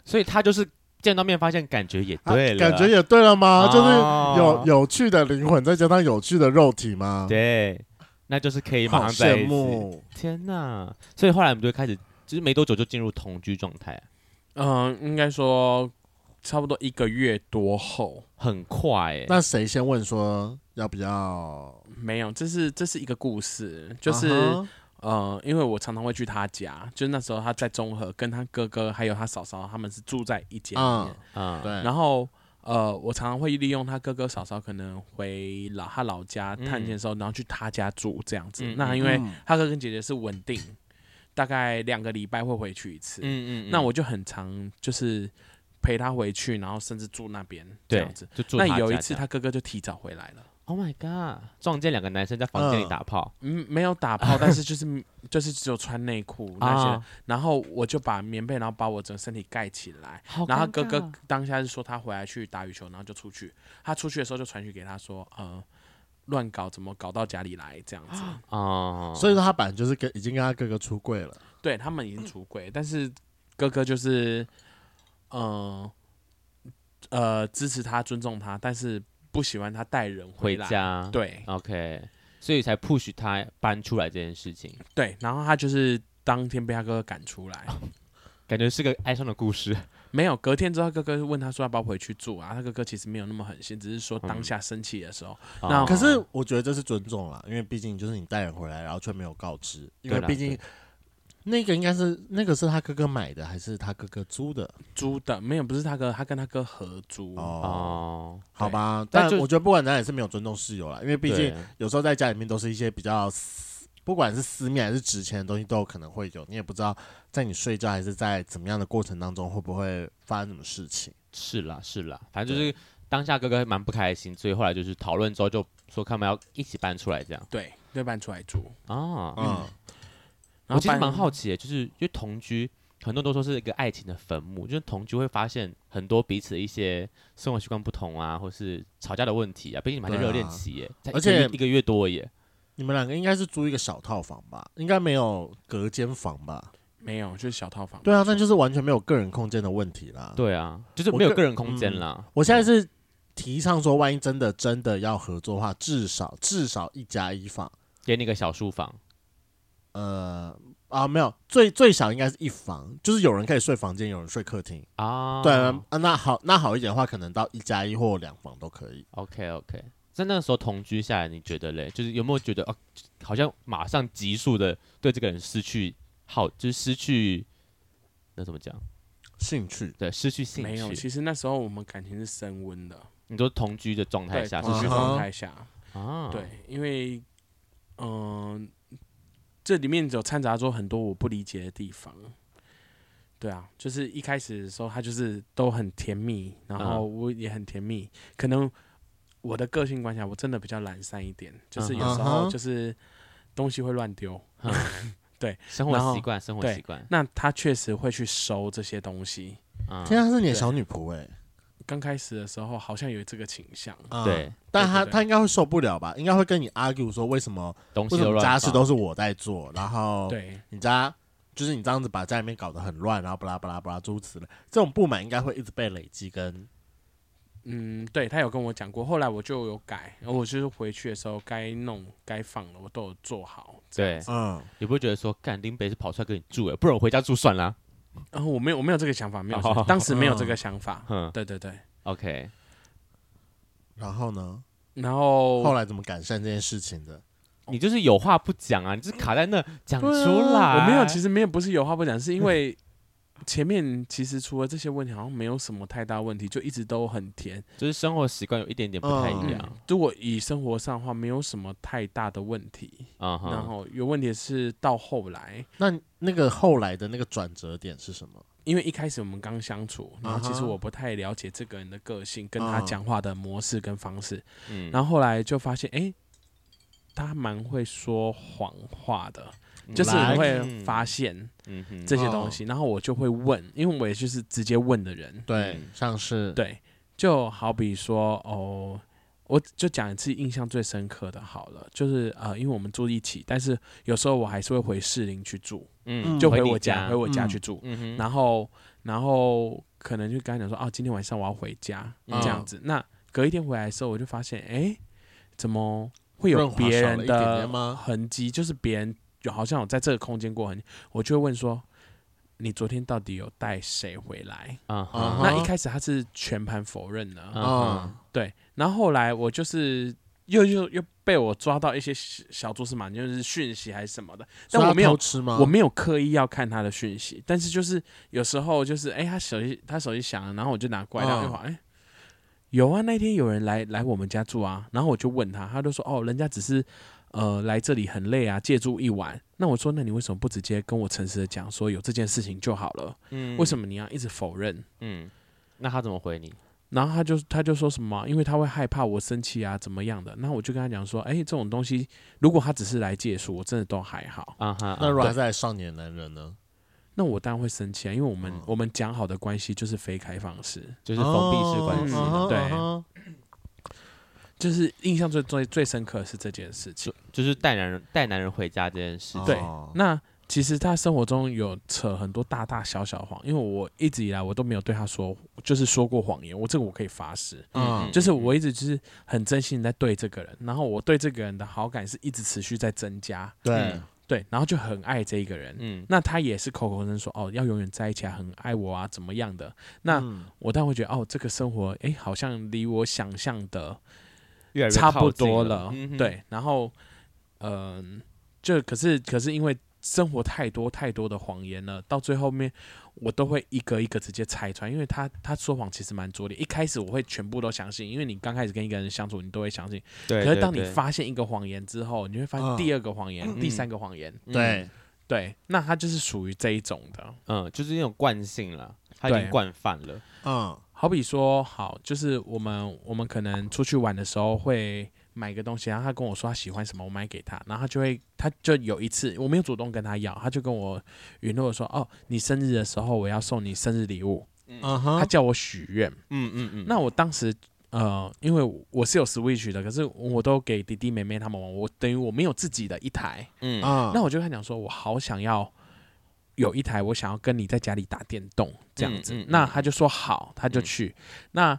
所以他就是见到面发现感觉也
啊
对了，
感觉也对了吗？
哦
就是有有趣的灵魂，再加上有趣的肉体吗？
对，那就是可以马
好
上在
羡
一起。
慕，
天哪！所以后来我们就开始，就是没多久就进入同居状态，
嗯，应该说差不多一个月多后，
很快哎、
那谁先问说要不要？
没有，这是这是一个故事，就是、
啊哈
呃，因为我常常会去他家，就是那时候他在中和，跟他哥哥还有他嫂嫂他们是住在一嗯间
嗯
里面，
啊、
对，
然后呃，我常常会利用他哥哥嫂嫂可能回老他老家探亲的时候，然后去他家住这样子。
嗯
那
嗯
因为
嗯
他哥跟姐姐是稳定，大概两个礼拜会回去一
嗯
次。
嗯嗯，
那我就很常就是陪他回去，然后甚至住那边这
对
样子。
就住
那
他
有一
家
次
这样
他哥哥就提早回来了。
，Oh my God，撞见两个男生在房间里打炮、
嗯，没有打 炮，但是就是就是只有穿内裤那些，
啊，
然后我就把棉被，然后把我整个身体盖起来，
好
然后他
尴
哥哥
尬
当下是说他回来去打羽球，然后就出去。他出去的时候就传讯给他说，呃，乱搞怎么搞到家里来这样子。
啊，
所以说他本来就是跟已经跟他哥哥出柜了。
对他们已经出轨，但是哥哥就是，呃呃支持他、尊重他，但是不喜欢他带人
回
来。
家啊
对
OK，所以才 push 他搬出来这件事情，
对，然后他就是当天被他哥哥赶 出来。
感觉是个哀伤的故事。
没有，隔天之后，他哥哥问他说要不要回去住啊？他哥哥其实没有那么狠心，只是说
嗯
当下生气的时候，那
哦
可是我觉得这是尊重啦，因为毕竟就是你带人回来，然后却没有告知，因为
对啦
毕竟
对
那个应该是那个是他哥哥买的还是他哥哥租的
租的没有，不是他哥，他跟他哥合租。
哦。
哦，
好吧，
但
但
就
我觉得不管咱也是没有尊重室友啦，因为毕竟
对
有时候在家里面都是一些比较私，不管是私密还是值钱的东西都有可能会有，你也不知道在你睡觉还是在怎么样的过程当中会不会发生什么事情。
是啦是啦，反正就是当下哥哥蛮不开心，所以后来就是讨论之后就说看们要一起搬出来这样
对，就搬出来住。
啊。
嗯，
嗯然
我
后
其实
搬
蛮好奇的，就是因为同居，很多人都说是一个爱情的坟墓，就是同居会发现很多彼此的一些生活习惯不同啊，或是吵架的问题啊。毕竟你们还在
对
热
啊
恋期耶，才
而且
一个一个月多耶，
你们两个应该是租一个小套房吧？应该没有隔间房吧？
没有，就是小套房。
对啊，那就是完全没有个人空间的问题啦。
对啊，就是
我
没有
个
个人空间
嗯
啦。
我现在是提倡说，万一真的真的要合作的话，至少至少一加一房，
给你个小书房，
呃啊没有，最最少应该是一房，就是有人可以睡房间，有人睡客厅。
啊，
对啊，啊那好那好一点的话，可能到一加一或两房都可以。
，OK OK。在那个时候同居下来，你觉得嘞，就是有没有觉得哦、好像马上急速的对这个人失去好，就是失去那怎么讲？
兴趣
对，失去兴
没有，
趣。
其实那时候我们感情是升温的，
你说同居的状态
对，
下是
同
什
居
嗯
么
状态下，
啊？
对，因为嗯、这里面有掺杂着很多我不理解的地方。对啊，就是一开始的时候，他就是都很甜蜜，然后
嗯
我也很甜蜜。可能我的个性关系啊，我真的比较懒散一点，就是有时
嗯
候
哼
就是东西会乱丢。
生
然
活
后
习惯，生活
对
习惯。
那他确实会去收这些东西。
啊
天啊，是你的
对
小女仆哎、
刚开始的时候好像有这个倾向，
啊
对，
但他
对对对
他应该会受不了吧？应该会跟你 argue 说，为什么
东西
为什
都
么
乱
家事
放
都是我在做，然
哦
后
对，
你家就是你这样子把家里面搞得很乱，然后巴拉巴拉巴拉诸如此类，这种不满应该会一直被累积跟
嗯，对他有跟我讲过，后来我就有改，然后我就是回去的时候该弄该放的我都有做好，
对，
嗯
也不会觉得说干林北是跑出来跟你住的，哎不然我回家住算啦。
然后我没有我没有这个想法，没有这
哦嗯
个，当时没有这个想法，
哼
对对对，
，OK，
然后呢？
然
后
后
来怎么改善这件事情的？
你就是有话不讲啊，你就是卡在那讲
对啊
出来。
我没有，其
实
实没有不是有话不讲，是因为前面其实除了这些问题，好像没有什么太大问题，就一直都很甜。
就是生活习惯有一点点不太一样
如果以生活上的话，没有什么太大的问题。
啊
嗯然
哈。
后有问题是到后来，
那那个后来的那个转折点是什么？
因为一开始我们刚相处，然后其实
啊哈
我不太了解这个人的个性，跟他
嗯
讲话的模式跟方式。
嗯，
然后后来就发现，哎、他蛮会说谎话的，就是
来
你会发现
嗯哼
这些东西，然后我就会问，因为我也就是直接问的人。
对，
嗯
像是
对，就好比说哦，我就讲一次印象最深刻的好了，就是呃，因为我们住一起，但是有时候我还是会回士林去住，
嗯
就
回
回
你
我家，
家
回我家
嗯
去住，
嗯哼，
然后然后可能就跟他讲说，哦，今天晚上我要回家、
嗯
这样子。那隔一天回来的时候，我就发现，哎，怎么会有
润滑
别
少
人
了一点
的
点吗
痕迹？就是别人就好像有在这个空间过很久，我就会问说。你昨天到底有带谁回来？
啊
啊
哈
哈
那一开始他是全盘否认的，
啊
啊，
对，然后后来我就是又又又被我抓到一些小小蛛丝马迹，就是讯息还是什么的，但我没有
吃吗？
我没有刻意要看他的讯息，但是就是有时候就是哎、他手机他手机响了，然后我就拿过来，
嗯
然后一会儿哎、有啊，那天有人来来我们家住啊，然后我就问他，他就说哦，人家只是呃来这里很累啊，借住一晚。那我说那你为什么不直接跟我诚实的讲说有这件事情就好了？
嗯
为什么你要一直否认？
嗯，那他怎么回你？
然后他就他就说什么，因为他会害怕我生气啊，怎么样的？那我就跟他讲说，哎，这种东西如果他只是来借书，我真的都还好。
啊哈，
那如果还是来少年男人呢？
那我当然会生气啊，因为我们、
嗯
我们讲好的关系就是非开放式，
就是封闭式关系的，
哦
嗯
对
嗯哼
就是印象最最最深刻的是这件事情
就。就是带男人带男人回家这件事
嗯哼
情。
对
哦
那其实他生活中有扯很多大大小小的谎，因为我一直以来我都没有对他说，就是说过谎言，我这个我可以发誓。
嗯
就是我一直就是很真心地在对这个人，然后我对这个人的好感是一直持续在增加，
对，
对，然后就很爱这一个人，
嗯
那他也是口口声声说哦要永远在一起啊，很爱我啊，怎么样的？那、
嗯
我当然会觉得哦，这个生活诶，好像离我想象的
越来越
差
靠
不
近
多
了，嗯哼，
对，然后嗯、就可是可是因为生活太多太多的谎言了，到最后面我都会一个一个直接拆穿，因为他他说谎其实蛮拙劣，一开始我会全部都相信，因为你刚开始跟一个人相处，你都会相信，
对。
可是当
对
你
对
发现一个谎言之后，你会发
嗯
现第二个谎言、
嗯
第三个谎言，
嗯
对，
对，那他就是属于这一种的。
嗯，就是那种惯性了，他已经
对
惯犯了。
嗯
好比说，好，就是我们我们可能出去玩的时候会买个东西，然后他跟我说他喜欢什么，我买给他，然后他就会，他就有一次我没有主动跟他要，他就跟我允诺说，哦，你生日的时候我要送你生日礼物，
嗯
他
哼，
叫我许愿。
嗯嗯嗯，
那我当时呃，因为我是有 Switch 的，可是我都给弟弟妹妹他们玩，我等于我没有自己的一台，
嗯
嗯
那我就跟他讲说，我好想要有一台，我想要跟你在家里打电动这样子。
嗯嗯嗯嗯
那他就说好，他就去。那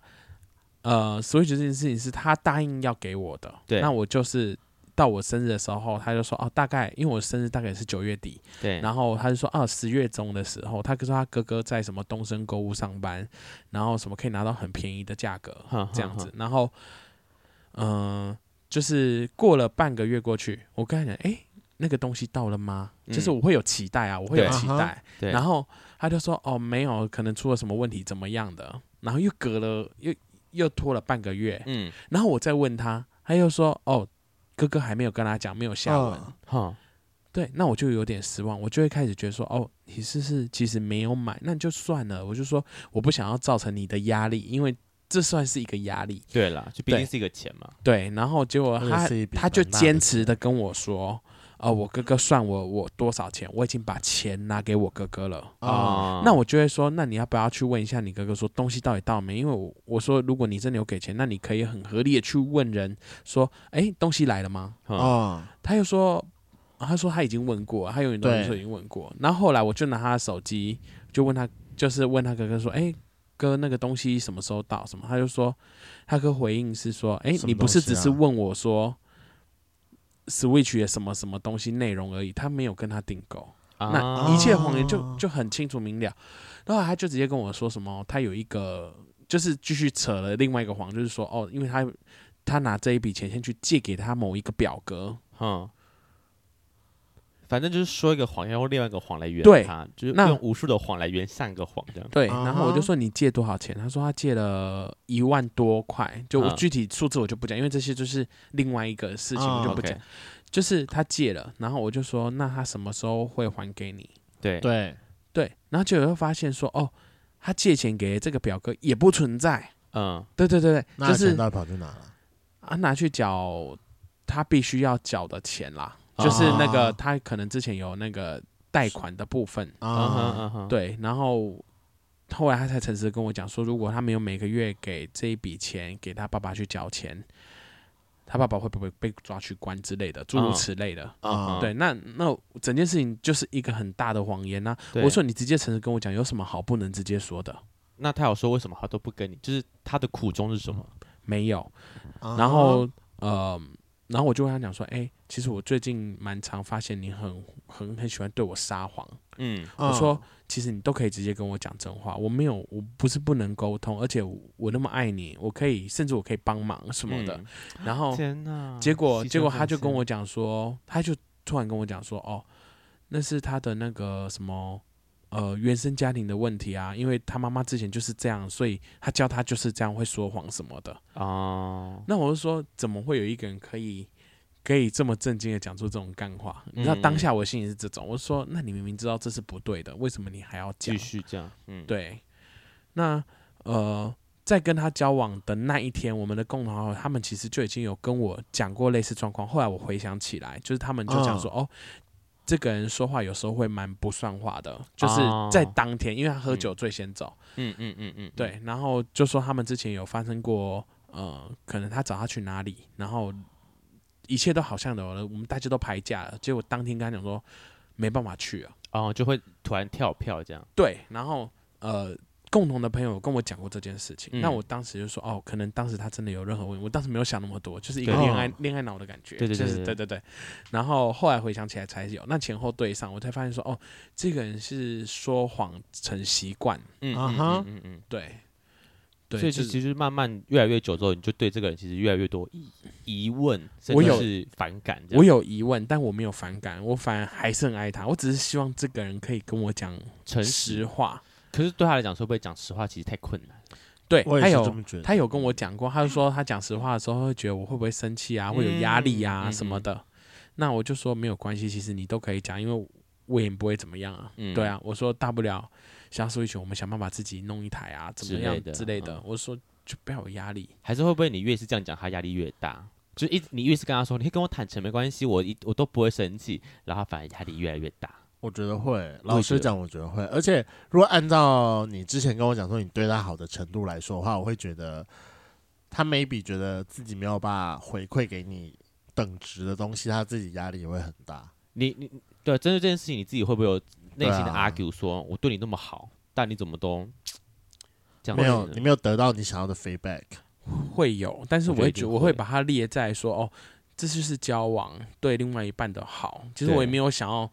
呃，Switch 这件事情是他答应要给我的，
对
那我就是。到我生日的时候，他就说哦，大概因为我生日大概是九月底，
对，
然后他就说啊，十月中的时候，他说他哥哥在什么东升购物上班，然后什么可以拿到很便宜的价格
哼哼
这样子
哼，
然后嗯、呃就是过了半个月过去，我跟他讲，哎、那个东西到了吗？
嗯
就是我会有期待啊，我会有
对
期
啊
待，
对，
然
后
后他就说哦，没有，可能出了什么问题，怎么样的，然后又隔了又又拖了半个月，
嗯，
然后我再问他，他又说哦，哥哥还没有跟他讲，没有下文。
嗯
哈，
对，那我就有点失望，我就会开始觉得说，哦，你是不是其实没有买，那就算了。我就说，我不想要造成你的压力，因为这算是一个压力。
对啦，就毕竟
对
是一个钱嘛，
对，然后结果
那也
他
是一笔
他就
蛮大的
坚持的跟我说，哦，我哥哥算我我多少钱，我已经把钱拿给我哥哥了。
嗯
啊
那我就会说，那你要不要去问一下你哥哥，说东西到底到没？因为我我说，如果你真的有给钱，那你可以很合理的去问人说，哎，东西来了吗？
哦，
啊
他又说，他说他已经问过，他有很多人说已经问过。然后后来我就拿他的手机，就问他，就是问他哥哥说，哎、哥，那个东西什么时候到？什么？他就说，他哥回应是说，哎、
什么
你不是
东西
只
啊
是问我说 Switch 的什么什么东西内容而已，他没有跟他订购。那
啊
一切谎言就就很清楚明了。然后他就直接跟我说什么，他有一个就是继续扯了另外一个谎，就是说哦，因为他他拿这一笔钱先去借给他某一个表哥，
哼，反正就是说一个谎要用另外一个谎来圆
对
它，就是
那
用无数的谎来圆上一个谎这样。
对，
啊
然后我就说你借多少钱？他说他借了一万多块，就我
嗯
具体数字我就不讲，因为这些就是另外一个事情，
啊
我就不
OK
讲。就是他借了，然后我就说那他什么时候会还给你？
对
对，
对，然后结果又发现说哦，他借钱给这个表哥也不存在。
嗯，
对对对对，
那
就
钱
是
到底跑去哪了？
啊拿去缴他必须要缴的钱啦，就是那个他可能之前有那个贷款的部分。
嗯哼
啊，
嗯哼，
对，然后后来他才诚实地跟我讲说，如果他没有每个月给这一笔钱给他爸爸去缴钱，他爸爸会不会被抓去关之类的，诸如
嗯
此类的。
啊
啊，
对，那那整件事情就是一个很大的谎言呐、
对
我说你直接诚实跟我讲，有什么好不能直接说的？
那他有说为什么他都不跟你？就是他的苦衷是什么？
没有。
啊
然后呃，然后我就跟他讲说，哎、其实我最近蛮常发现你很很很喜欢对我撒谎。
嗯
我说，其实你都可以直接跟我讲真话，我没有，我不是不能沟通，而且我我那么爱你，我可以，甚至我可以帮忙什么的。
嗯
然后
天哪！
结果，
牺牲
结果
奉
他就跟
献
我讲说，他就突然跟我讲说，哦，那是他的那个什么。呃，原生家庭的问题啊，因为他妈妈之前就是这样，所以他教他就是这样会说谎什么的。
哦，
那我就说，怎么会有一个人可以可以这么震惊的讲出这种干话？你知道
嗯
当下我心里是这种，我就说，那你明明知道这是不对的，为什么你还要
继？
讲
续这样，嗯，
对，那呃，在跟他交往的那一天，我们的共同好友他们其实就已经有跟我讲过类似状况。后来我回想起来，就是他们就讲
嗯
说，哦，这个人说话有时候会蛮不算话的，就是在
哦
当天，因为他喝
嗯
酒醉先走，
嗯嗯嗯嗯，
对，然后就说他们之前有发生过，呃，可能他找他去哪里，然后一切都好像有了，我们大家都排假了，结果当天跟他讲说没办法去啊，
哦，就会突然跳票这样，
对，然后呃，共同的朋友有跟我讲过这件事情，那
嗯
我当时就说哦，可能当时他真的有任何问题，我当时没有想那么多，就是一个
对
恋爱、
哦
恋爱脑的感觉，
对对对
就是
对
对对对。然后后来回想起来才有，那前后对上，我才发现说哦，这个人是说谎成习惯，
嗯
啊
嗯
哈
嗯嗯嗯，
对，对，
所以
就
其
是
其实慢慢越来越久之后，你就对这个人其实越来越多疑疑问，甚
我
至
有
是反感这样。
我有疑问，但我没有反感，我反而还是很爱他。我只是希望这个人可以跟我讲
诚
实
实，
话。
可是对他来讲，会不会讲实话其实太困难？
对，
我
他
也是这
哎有
么觉得。
他有跟
嗯
我讲过，他就说他讲实话的时候会觉得我会不会生气啊，会有压力啊
嗯嗯
什么的。那我就说没有关系，其实你都可以讲，因为我也不会怎么样啊。
嗯
对啊，我说大不了相输一群，我们想办法自己弄一台啊，怎么
之
样
类的
之类的。
嗯
我说就不要有压力。
还是会不会你越是这样讲，他压力越大？就一直你越是跟他说，你可以跟我坦诚，没关系，我一我都不会生气，然后他反而压力越来越大。
我觉得会，老实讲，我觉得会。而且，如果按照你之前跟我讲说你对他好的程度来说的话，我会觉得他 maybe 觉得自己没有办法回馈给你等值的东西，他自己压力也会很大。
你你对，针对这件事情，你自己会不会有内心的
对啊
argue 说，我对你那么好，但你怎么都这样子
没有，
呢
你没有得到你想要的 feedback。
会有，但是
我觉得
我会
一定
觉我
会
会把它列在说哦，这就是交往对另外一半的好。其实我
对
也没有想要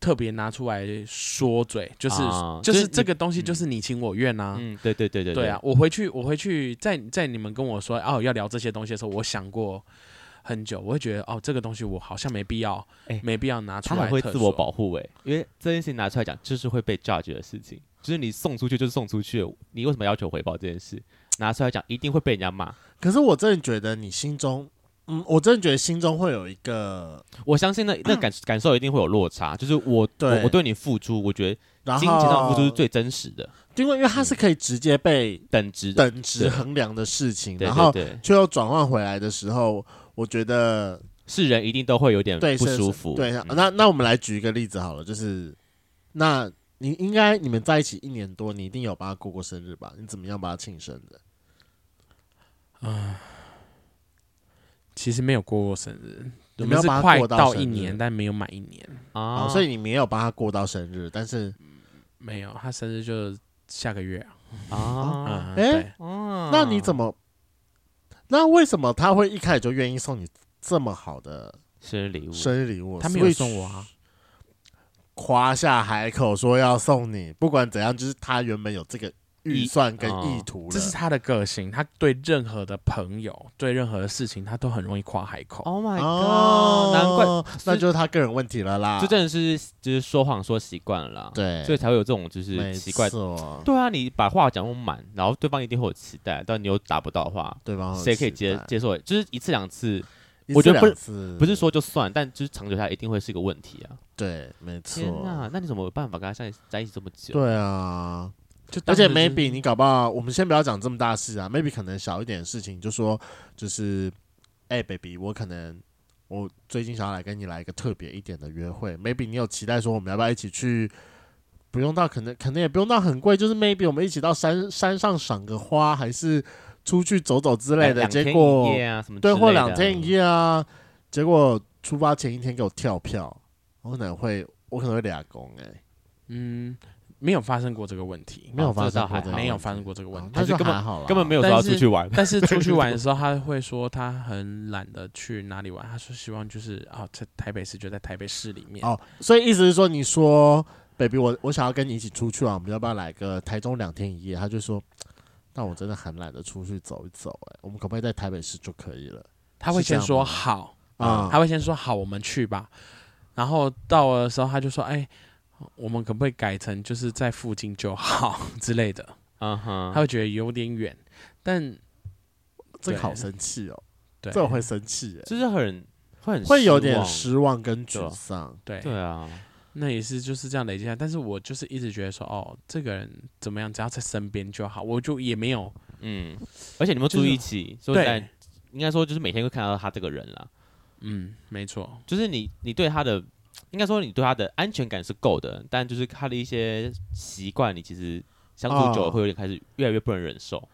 特别拿出来说嘴，就是、
啊
就
就是是
这
你
个东西就是你情我愿啊。
嗯，对对对对
对啊，，我回去我回去在在你们跟我说哦要聊这些东西的时候，我想过很久，我会觉得哦这个东西我好像没必要，
哎
没必要拿出
他
来
很会
特
自我
说
保护诶、欸因为这件事情拿出来讲，就是会被 judge 的事情，就是你送出去就是送出去，你为什么要求回报这件事？拿出来讲，一定会被人家骂。
可是我真的觉得你心中，嗯，我真的觉得心中会有一个，
我相信那那感感受一定会有落差，就是我
嗯对
我我对你付出，我觉得
然后
金钱上的付出是最嗯真实的
因为因为它是可以直接被
等值的，
等值衡量的事情，
对
然后
对对，
却又转换回来的时候，我觉得
是人一定都会有点
对
不
是
舒
是
服。
对，
嗯
那那我们来举一个例子好了，就是那你应该你们在一起一年多，你一定有帮他过过生日吧？你怎么样帮他庆生的？
其实没有过过生日，
你
我
没
们
有
是
把它
快
过到
到
生
一
日
年，但没有满一年。
啊
啊，，所以你没有帮他过到生日，但是
没有，他生日就下个月啊。
啊，
嗯，
诶
对，
那你怎么？那为什么他会一开始就愿意送你这么好的
生日礼物
生日礼物？
他没有送我啊。
夸下海口说要送你，不管怎样，就是他原本有这个预算跟
哦
意图
这是
了。
他的个性，他对任何的朋友、对任何的事情，他都很容易跨海口。
Oh my god！、
哦，
难怪，
那就是他个人问题了啦。
这真的是就是说谎说习惯了啦，
对，
所以才会有这种就
没
是奇怪。
错，
对啊，你把话讲那么满，然后对方一定会有期待，但你又达不到的话，
对吧？
谁可以接接受？就是一次两次，
一次
我觉得不
两次
不是说就算，但就是长久下来一定会是一个问题啊！
对，没
天啊
错，
哪，那你怎么有办法跟他在在一起这么久？
对啊。
就
而
当
且
时就是
maybe 你搞不好，我们先不要讲这么大事啊，maybe 可能小一点的事情，就说就是，哎、b a b y 我可能我最近想要来跟你来一个特别一点的约会，maybe 你有期待说我们要不要一起去？不用到可能可能也不用到很贵，就是 maybe 我们一起到山山上赏个花，还是出去走走之类
两
的。
两
结
天
果
一夜啊什么之
对，
类的啊
或两天一夜啊。结果出发前一天给我跳票，我可能会我可能会俩公哎、
嗯，没有发生过这个问题，
没有
哦
发
这倒
生过
还
这个问题、
好
没有发生过这个问
哦
题。
那
还是
就
根本
还好啦
根本没有说要
但是
出 去玩，
但是出去玩的时候，他会说他很懒得去哪里玩，他说希望就是啊，在台北市就在台北市里面。
哦，所以意思是说，你说，baby，我我想要跟你一起出去啊玩，我们要不要来个台中两天一夜？他就说，但我真的很懒得出去走一走、哎，我们可不可以在台北市就可以了？
他会先
是这样
说
吗
好嗯
啊
他会先说好，我们去吧。然后到了的时候，他就说，哎、我们可不可以改成就是在附近就好 之类的？
嗯
啊
哼，
他会觉得有点远，但
这个
对
好生气哦，
对
这我会生气、哎，
就是很会很
会有
失
点
望
失望跟沮
对
丧。
对
对啊，
那也是就是这样累积下来。但是我就是一直觉得说，哦，这个人怎么样，只要在身边就好，我就也没有
嗯，而且你们
就是
住一起，说实
对
在，，应该说就是每天会看到他这个人啦，
嗯，没错，
就是你你对他的，应该说你对他的安全感是够的，但就是他的一些习惯，你其实相处久
哦
了会有点开始越来越不能忍受。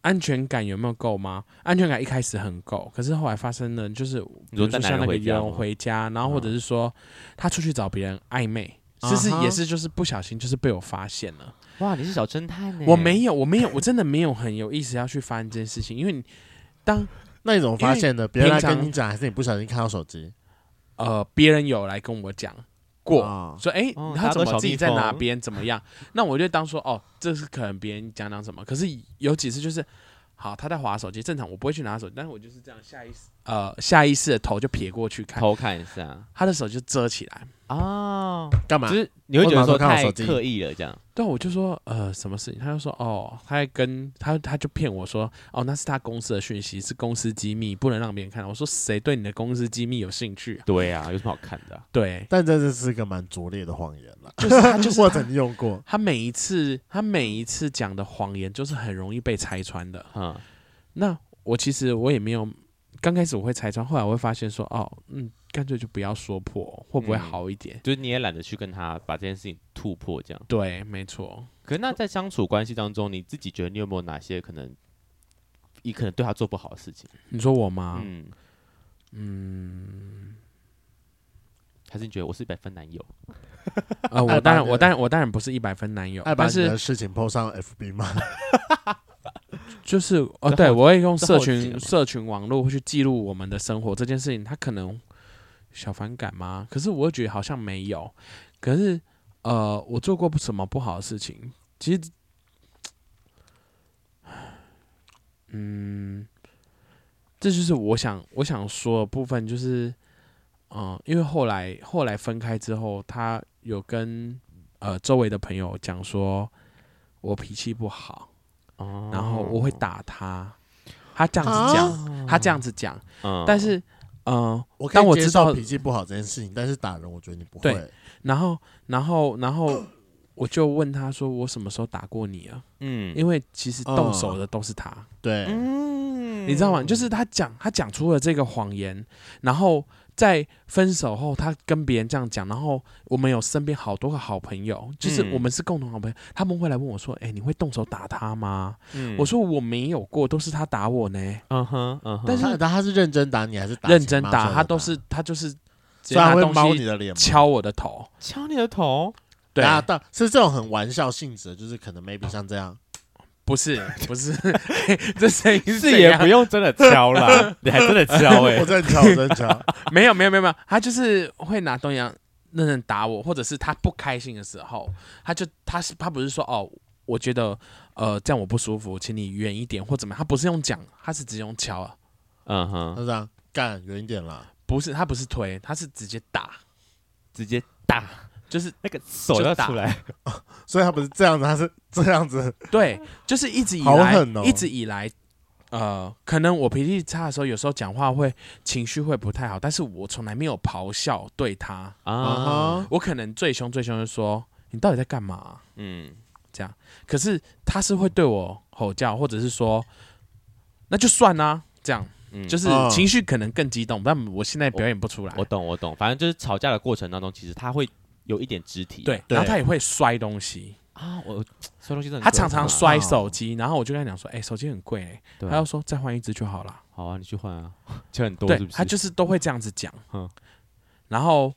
安全感有没有够吗？安全感一开始很够，可是后来发生了，就是比
你
如
说
说
带
像
男人
那个
回
约
家
人
吗嗯
回家，然后或者是说他出去找别人暧昧，
啊
其实
哈
也是就是不小心就是被我发现了。
哇，你是小侦探呢？
我没有，我没有，我真的没有很有意识要去发现这件事情，因为你当
那你怎么发现的？别人
平
来
常
跟你讲，还是你不小心看到手机
呃别人有来跟我讲过，
啊
说哎、
哦
他
大家
怎
都
么
小
自己
蜜
在哪
蜂
边怎么样？那我就当说哦，这是可能别人讲讲什么。可是有几次就是，好他在划手机，正常我不会去拿手机，但是我就是这样下意识呃下意识的头就撇过去看，
偷看一下
他的手就遮起来。
哦，
干嘛
就？是你会觉得
我马上
说
看我
太
手机
刻意了这样。
对，我就说呃什么事情，他就说哦他在跟他他就骗我说哦那是他公司的讯息，是公司机密，不能让别人看到。我说谁对你的公司机密有兴趣、啊？
对啊，有什么好看的啊？
对，
但这是是个蛮拙劣的谎言了，
就是 他就是
我
他
曾经用过。
他每一次他每一次讲的谎言就是很容易被拆穿的。
嗯，
那我其实我也没有，刚开始我会拆穿，后来我会发现说，哦，嗯，干脆就不要说破，会不会
嗯
好一点？
就是你也懒得去跟他把这件事情突破这样。
对，没错，
可是那在相处关系当中，你自己觉得你有没有哪些可能，你可能对他做不好的事情？
你说我吗？
嗯嗯，还是你觉得我是百分男友？
呃，
爱
我
把
当然，
你的
我当然，我当然不是一百分男友
爱，把
但
你的
是
事情 PO 上 FB 吗？
就是哦，
这
对
后
我会用
这
社
后期了
群
嘛
社群网络去记录我们的生活这件事情，他可能小反感吗？可是我又觉得好像没有，可是呃，我做过什么不好的事情？其实，嗯，这就是我想我想说的部分，就是，嗯、因为后来后来分开之后，他有跟呃周围的朋友讲说，我脾气不好，
哦
然后我会，打他，他这样子讲，他这样子讲，
哦嗯
但是，嗯、
我可
当
以
我
接
知
受
道
脾气不好这件事情，但是打人，我觉得你不
对
会。
然后，然后，然后。我就问他说：“我什么时候打过你啊？”
嗯哦
因为其实动手
嗯
的都是他，
对，
嗯
你知道吗？就是他讲他讲出了这个谎言，然后在分手后，他跟别人这样讲，然后我们有身边好多个好朋友，就是
嗯
我们是共同好朋友，他们会来问我说：“哎、你会动手打他吗？”
嗯
我，说：“我没有过，都是他打我呢。
嗯哼，嗯哼，
但是
他他是认真打你还是打
认
情
真
骂
打
俏
他
的
都是他就是直接
虽然
拿
会猫
东
你
西
的脸吗，
敲我的头，
敲你的头，
对，
啊，但是这种很玩笑性质的，就是可能 maybe 像这样，
不是 不是，这声音
是也不
用
用真的敲 啦，你还真的敲哎
我，真的敲，我真的敲，
没有没有没有没有，他就是会拿东西样认真打我，或者是他不开心的时候，他就他是他不是说哦，我觉得呃，这样我不舒服，请你远一点或怎么样，他不是用讲，他是直接用敲啊，
嗯
他
哼，
是这样干远一点啦，
不是他不是推，他是直接打，
直接打
就是
那个手要出来，
所以他不是这样子，他是这样子，
对，就是一直以
好
来，
狠哦
一直以来，呃，可能我脾气差的时候，有时候讲话会情绪会不太好，但是我从来没有咆哮对他，
啊，
啊哈，
我可能最凶最凶就说你到底在干嘛啊、
嗯，
可是他是会对我吼叫，或者是说那就算啦、这样
嗯
就是
嗯
情绪可能更激动，但我现在表演不出来
我。懂我懂，反正就是吵架的过程当中，其实他会有一点肢体，
对，
对
然后他也会摔东西，
啊，我摔东西真的很可怕，
他常常
啊
摔手机，然后我就跟他讲说：“哎、手机很贵、欸。”
对
他就说：“再换一只就好了。
好啊，你去换啊，钱很”多
对
是不，是？
他就是都会这样子讲
嗯。
然后，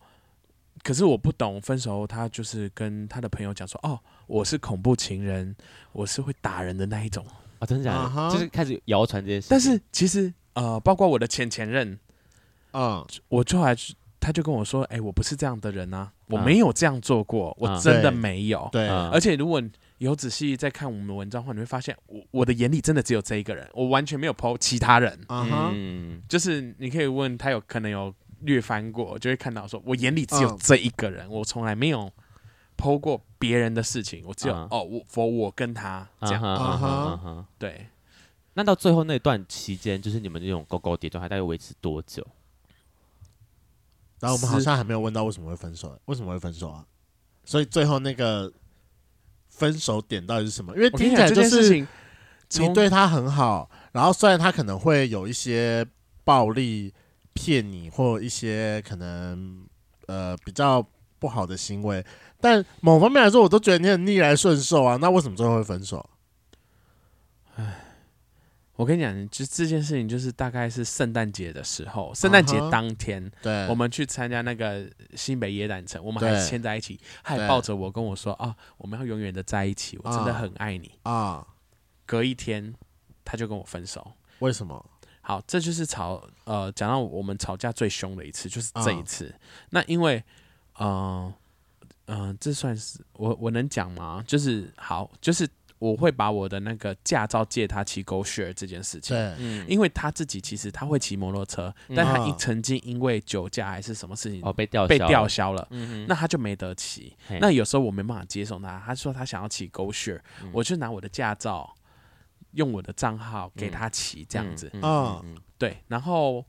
可是我不懂，分手后他就是跟他的朋友讲说：“哦，我是恐怖情人，我是会打人的那一种。”
啊，真的假
啊哈
的？就是开始谣传这些事情，
但是其实呃，包括我的前前任，
嗯，
我就还是他就跟我说：“哎、我不是这样的人啊，我
嗯
没有这样做过，我
嗯
真的
对
没有。
对，
嗯
而且如果你有仔细在看我们的文章的话，你会发现我我的眼里真的只有这一个人，我完全没有剖其他人。
啊哈，
嗯，
就是你可以问他有可能有略翻过，就会看到说我眼里只有
嗯
这一个人，我从来没有剖过别人的事情，我只有、
啊
嗯
哦我 for 我跟他这
啊
样。
哈啊哈啊哈。
对，
那到最后那段期间，就是你们这种勾勾叠状态，大概维持多久？
然后我们好像还没有问到为什么会分手，为什么会分手啊？所以最后那个分手点到底是什么？因为
我跟
听
你
起
讲
来
这
就
件事
是
情，
你
从
对他很好，然后虽然他可能会有一些暴力骗你，或一些可能呃比较不好的行为，但某方面来说，我都觉得你很逆来顺受啊。那为什么最后会分手？
我跟你讲，就这件事情就是大概是圣诞节的时候，圣诞节
啊哈
当天，
对，
我们去参加那个新北野榄城，我们
对
还牵在一起，他还
对
抱着我跟我说啊，我们要永远的在一起，我真的
啊
很爱你。
啊，
隔一天他就跟我分手。
为什么？
好，这就是吵呃，讲到我们吵架最凶的一次，就是这一
嗯
次。那因为，嗯、嗯、这算是我我能讲吗？就是好，就是我会把我的那个驾照借他骑 Go Share 这件事情，
对，
嗯，
因为他自己其实他会骑摩托车，但他一曾经因为酒驾还是什么事情
啊哦被吊
被
销
吊
了，
销了，
嗯哼，
那他就没得骑
嘿。
那有时候我没办法接送他，他说他想要骑 Go Share，、
嗯
我就拿我的驾照，用我的账号给他骑这样子。
嗯
啊
嗯嗯
对，然后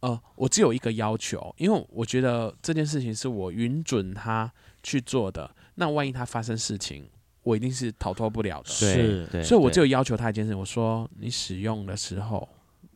呃，我只有一个要求，因为我觉得这件事情是我允准他去做的，那万一他发生事情，我一定是逃脱不了的。
对
是
对，
所以我就
对
要求他一件事，我说你使用的时候，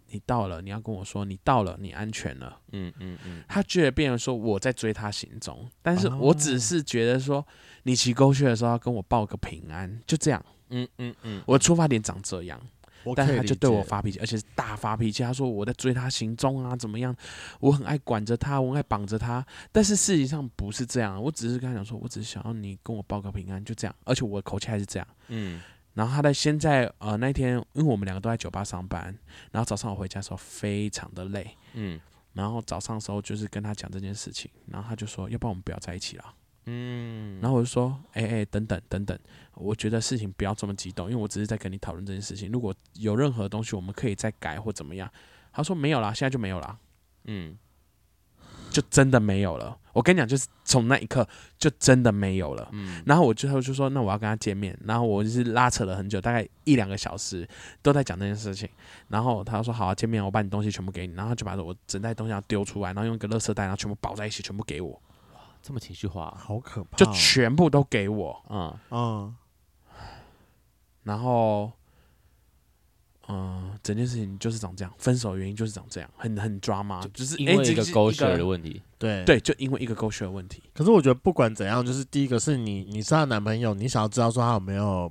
你到了，你要跟我说你到了，你安全了。
嗯嗯嗯，
他觉得变成说我在追他行踪，但是我
哦
只是觉得说你骑沟去的时候要跟我报个平安，就这样。
嗯嗯嗯，
我的出发点长这样，
我
但
可以
他
理
就对我
解
发脾气，而且是大发脾气。他说我在追他行踪啊，怎么样？我很爱管着他，我很爱绑着他。但是事实上不是这样，我只是跟他讲说，我只是想要你跟我报个平安，就这样。而且我的口气还是这样。
嗯
然后他在现在呃那天，因为我们两个都在酒吧上班，然后早上我回家的时候非常的累，
嗯
然后早上的时候就是跟他讲这件事情，然后他就说，要不然我们不要在一起了。
嗯，
然后我就说，哎、哎、等等等等，我觉得事情不要这么激动，因为我只是在跟你讨论这件事情。如果有任何东西，我们可以再改或怎么样。他说没有啦，现在就没有啦，
嗯
就真的没有了。我跟你讲，就是从那一刻就真的没有了。
嗯
然后我最后就说，那我要跟他见面。然后我就是拉扯了很久，大概一两个小时都在讲这件事情。然后他说好、啊，见面，我把你东西全部给你。然后他就把我整袋东西要丢出来，然后用一个垃圾袋，然后全部包在一起，全部给我，
这么情绪化，啊
好可怕哦，
就全部都给我。
嗯
嗯
然后，嗯、整件事情就是长这样，分手的原因就是长这样，很很抓马，就是
因
诶
为
只
一个
是
勾
一
血的问题，
对
对，就因为一个狗血的问题，
可是我觉得不管怎样，就是第一个是你，你是她男朋友，你想要知道说他有没有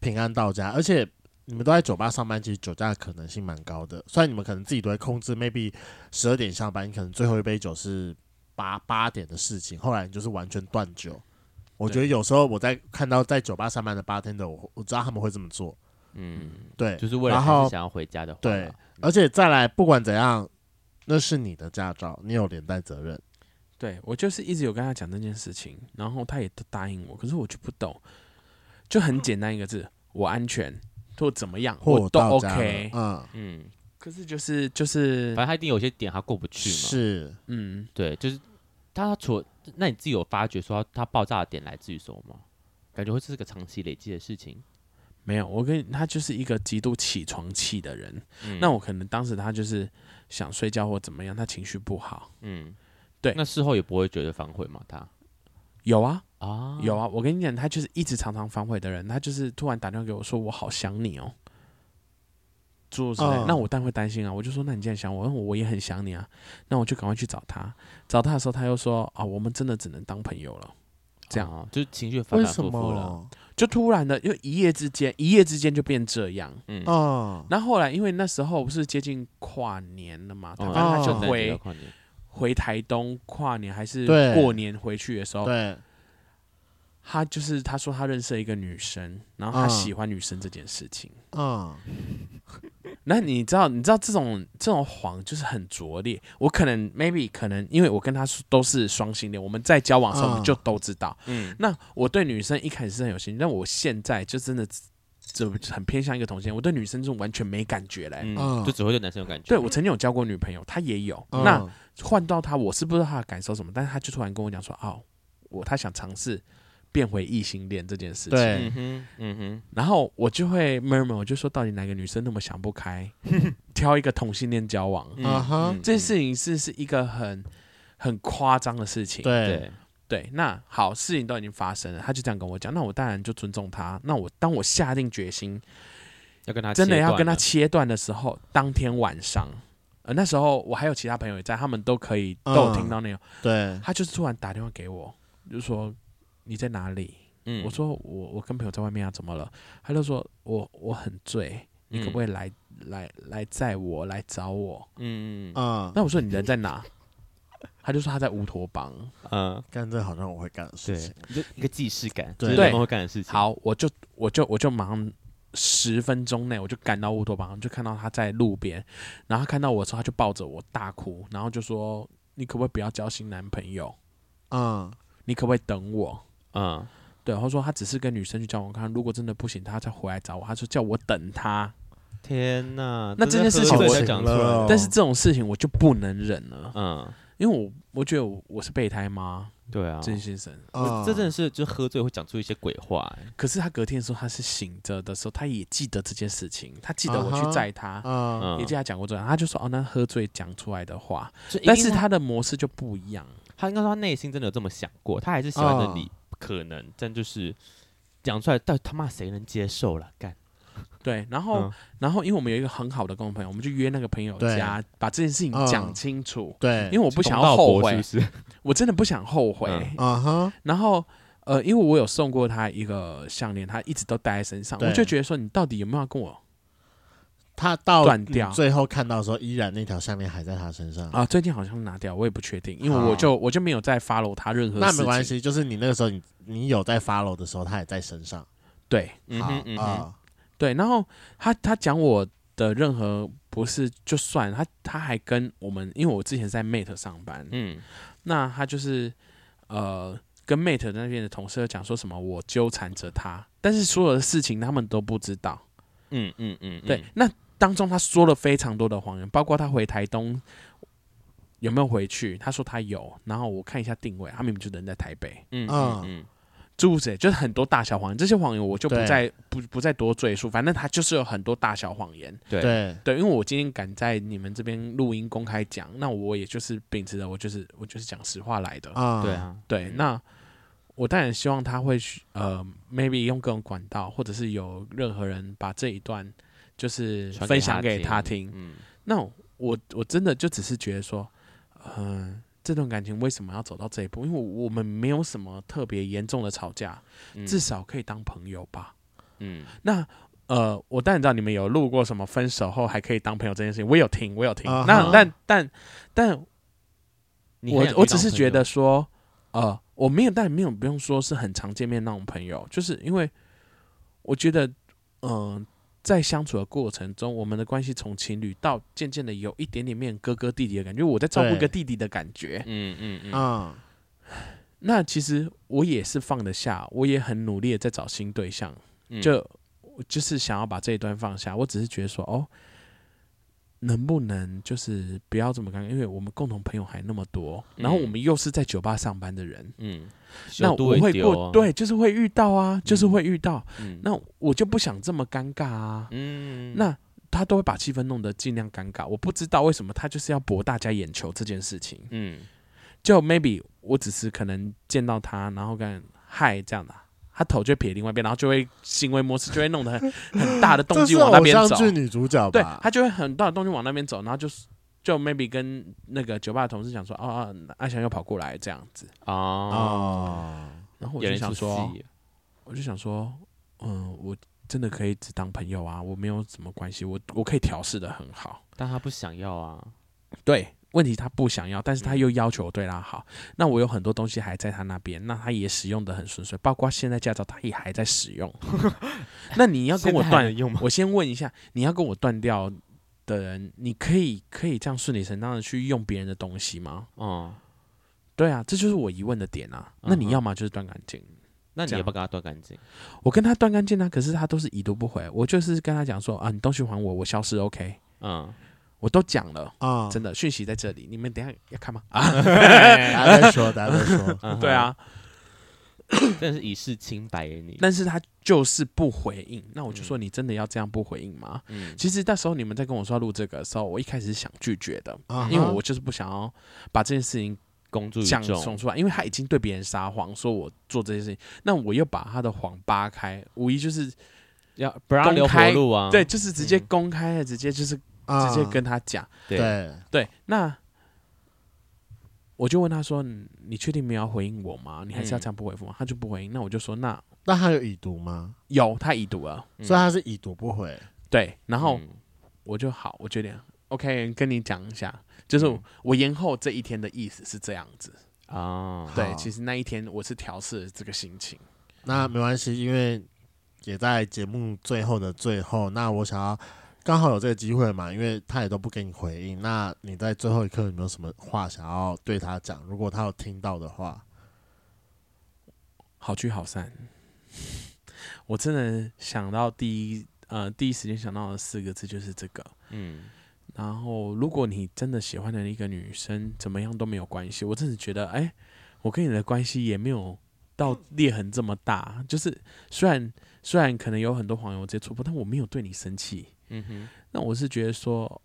平安到家，而且你们都在酒吧上班，其实酒驾的可能性蛮高的。虽然你们可能自己都会控制，maybe 十二点下班，你可能最后一杯酒是八八点的事情，后来你就是完全断酒。我觉得有时候我在看到在酒吧上班的 bartender，我我知道他们会这么做，
嗯，
对，
就是为了
然
还
后
是想要回家的话，
对，而且再来不管怎样，那是你的驾照，你有连带责任。
对我就是一直有跟他讲这件事情，然后他也都答应我，可是我就不懂，就很简单一个字，我安全或怎么样，
或
我
我
都
到家
OK
了。嗯，
嗯，
可是就是就是
反正他一定有些点他过不去嘛。
是
嗯，
对，就是他除了那你自己有发觉说他爆炸的点来自于什么吗？感觉会是个长期累积的事情。
没有，我跟你他就是一个极度起床气的人。
嗯
那我可能当时他就是想睡觉或怎么样，他情绪不好。
嗯，
对
那事后也不会觉得反悔嘛？他
有啊，
嗯
啊，
有啊，我跟你讲，他就是一直常常反悔的人。他就是突然打电话给我说：“我好想你哦。”诸如此类
嗯
那我当然会担心啊。我就说：“那你既然想我，我也很想你啊。”那我就赶快去找他。找他的时候，他又说：“啊，我们真的只能当朋友了。”这样
啊，就是情绪反
为
反
什
复哦复了。
么？
就突然的，又一夜之间，一夜之间就变这样。
嗯，
嗯，
那后来，因为那时候不是接近跨年了嘛，他
哦
反正他就
圣诞
回、
圣诞节要跨年
回台东跨年还是
对
过年回去的时候，
对，
他就是他说他认识了一个女生，然后他
嗯
喜欢女生这件事情。
嗯，
那你知道，你知道这种这种谎就是很拙劣。我可能 maybe 可能因为我跟他是都是双性恋，我们在交往的时
嗯
候我们就都知道。
啊嗯
那我对女生一开始是很有兴趣，但我现在就真的就很偏向一个同性恋，我对女生就完全没感觉嘞、
嗯，
嗯
就只会对男生有感觉。
对我曾经有交过女朋友，她也有。
嗯
那换到他，我是不知道他的感受什么，但是他就突然跟我讲说，哦，我他想尝试变回异性恋这件事情。
对
嗯哼，嗯哼，
然后我就会 murmur，我就说，到底哪个女生那么想 不开，挑一个同性恋交往？
嗯
啊哈
嗯
这件事情是是一个很很夸张的事情。
对
对，
对那好，事情都已经发生了，他就这样跟我讲，那我当然就尊重他。那我当我下定决心，
要跟他
真的
切
要
断啊
跟他
了
切断的时候，当天晚上。呃，那时候我还有其他朋友也在，他们都可以都有听到那种。
嗯
对，
他就是突然打电话给我，就说你在哪里？
嗯
我说我我跟朋友在外面啊，怎么了？他就说我我很醉，你可不可以来、来来载我来找我？
嗯嗯
啊
嗯，
那我说你人在哪？他就说他在乌托邦。
嗯，
干这好像我会干的事
对
情，，
就一个既视感，
对
就是人们会干的事情。，
好，我就我就我就马上十分钟内我就赶到乌托邦，就看到他在路边，然后他看到我的时候他就抱着我大哭，然后就说你可不可以不要交新男朋友？
嗯，
你可不可以等我？
嗯
对，然后说他只是跟女生去交往看，如果真的不行，他再回来找我。他说叫我等他，
天哪，
那这件事情
我
我
才讲出
好
来
了哦。
但是这种事情我就不能忍了，
嗯，
因为我我觉得我我是备胎吗？
对啊，
郑先生，
我这真的
的
是就喝醉会讲出一些鬼话。哎
可是他隔天说他是醒着的时候，他也记得这件事情，他记得
啊
我
哈
去载他。
嗯，
嗯
也，跟他讲过这样，他就说哦，那喝醉讲出来的话，
就一定
但是
他
他的模式就不一样。
他应该说他内心真的有这么想过，他还是喜欢着你，可能但就是讲出来，到底他妈谁能接受了？干，
对，然后、
嗯
然后因为我们有一个很好的共同朋友，我们就约那个朋友
对
家，把这件事情
嗯
讲清楚，
对，
因为我不
是
想
冯道
要后
伯
悔，
是不 是？
我真的不想后悔。
嗯
啊哈，
然后呃，因为我有送过他一个项链，他一直都戴在身上，
对
我就觉得说你到底有没有要跟我
他到
断
你
掉
最后看到的时候，依然那条项链还在他身上。
啊？最近好像拿掉，我也不确定，因为
好
我就我就没有再 follow 他任何事
啊那
情。
没关，系，就是你那个时候你你有在 follow 的时候，他也在身上。
对
嗯
好
哼嗯哼，
啊，
对。然后他他讲我的任何不是就算他他还跟我们，因为我之前在 Mate 上班，
嗯
那他就是呃。跟 Mate 那边的同事有讲说什么，我纠缠着他，但是所有的事情他们都不知道。
嗯嗯嗯，嗯
对，，那当中他说了非常多的谎言，包括他回台东有没有回去，他说他有，然后我看一下定位，他明明就人在台北，
嗯
啊
嗯嗯，
诸如此类，就是很多大小谎言，这些谎言我就不
对
再不不再多赘述，反正他就是有很多大小谎言。
对，
对，
对，因为我今天敢在你们这边录音公开讲，那我也就是秉持着我就是我就是讲实话来的。
啊，
对，啊，
对，那我当然希望他会去呃，maybe 用各种管道，或者是有任何人把这一段就是
传
分享给他听。
嗯，
那我我真的就只是觉得说，嗯、这段感情为什么要走到这一步？因为我们没有什么特别严重的吵架，
嗯
至少可以当朋友吧。
嗯
那呃，我当然知道你们有录过什么分手后还可以当朋友这件事情，我有听，我有听。
啊哈
那但但但
你
我
很想
我
去
只是
当
觉
朋友
得说，呃，我没有，但没有不用说是很常见面那种朋友，就是因为我觉得，嗯、在相处的过程中，我们的关系从情侣到渐渐的有一点点面哥哥弟弟的感觉，我在照顾一个
对
弟弟的感觉。
嗯嗯嗯，
嗯，
那其实我也是放得下，我也很努力的在找新对象，
嗯
就我就是想要把这一段放下，我只是觉得说，哦，能不能就是不要这么尴尬，因为我们共同朋友还那么多，然后
嗯
我们又是在酒吧上班的人，
嗯，
那
小度
我会
丢
过
啊，
对，就是会遇到啊，就是
嗯
会遇到，
嗯
那我就不想这么尴尬啊，
嗯
那。他都会把气氛弄得尽量尴尬，我不知道为什么他就是要博大家眼球这件事情。
嗯
就 maybe 我只是可能见到他，然后跟嗨这样的，他头就撇另外一边，然后就会行为模式就会弄得很 很大的动
这
机
是
往那
偶
边
像
走，
剧女主角
对
吧？
他就会很大的动机往那边走，然后就是就 maybe 跟那个酒吧的同事讲说，哦哦，阿翔又跑过来这样子，
啊，
哦，
然后我
有
就
人
想
出
说，
戏，
我就想说，嗯，我真的可以只当朋友啊，我没有什么关系，我我可以调试的很好，
但他不想要啊，
对，问题他不想要，但是
嗯
他又要求我对他好。那我有很多东西还在他那边，那他也使用的很顺遂，包括现在驾照他也还在使 用。那你要跟我
现在还
断
能用 吗
我先问一下，你要跟我断掉的人，你可以可以这样顺理成章的去用别人的东西吗？
嗯，
对啊，这就是我疑问的点啊。那
嗯
你
哼
要么就是断干净，
那你
这
要
样
不要跟他断干净？
我跟他断干净啊，可是他都是已读不回。我就是跟他讲说啊，你东西还我，我消失，OK，
嗯，
我都讲了，
哦
啊，
哦真的讯息在这里，你们等一下要 看吗？啊，
大家在说，大家在说，
嗯
对，啊，
真的是以示清白耶你。
但是他就是不回应。那我就说，你真的要这样不回应吗？
嗯
其实那时候你们在跟我说要录这个的时候，我一开始是想拒绝的，
啊哈
因为我就是不想要把这件事情
公诸于
讲
众
讲，出来，因为他已经对别人撒谎，说我做这件事情，那我又把他的谎扒开，无疑就是、
要不让他留
公
活
开
路啊？
对，就是直接
嗯
公开的，直接就是
啊
直接跟他讲。
对，
对
对，那我就问他说：“嗯你确定没有要回应我吗？你还是要
嗯
这样不回复吗？”他就不回应，那我就说：“那
那他有已读吗？
有他已读了。”
嗯
所以他是已读不
嗯
回，
对，然后
嗯
我就好，我决定 OK 跟你讲一下，就是
嗯
我延后这一天的意思是这样子。
啊，
好
对，其实那一天我是调试了这个心情。
那没关系，因为也在节目最后的最后，那我想要刚好有这个机会嘛，因为他也都不给你回应，那你在最后一刻有没有什么话想要对他讲？如果他有听到的话，
好聚好散， 我真的想到第一呃第一时间想到的四个字就是这个。
嗯
然后，如果你真的喜欢的一个女生，怎么样都没有关系。我真的觉得，哎、我跟你的关系也没有到裂痕这么大。就是虽然虽然可能有很多网友接触，不，但我没有对你生气。
嗯哼，
那我是觉得说，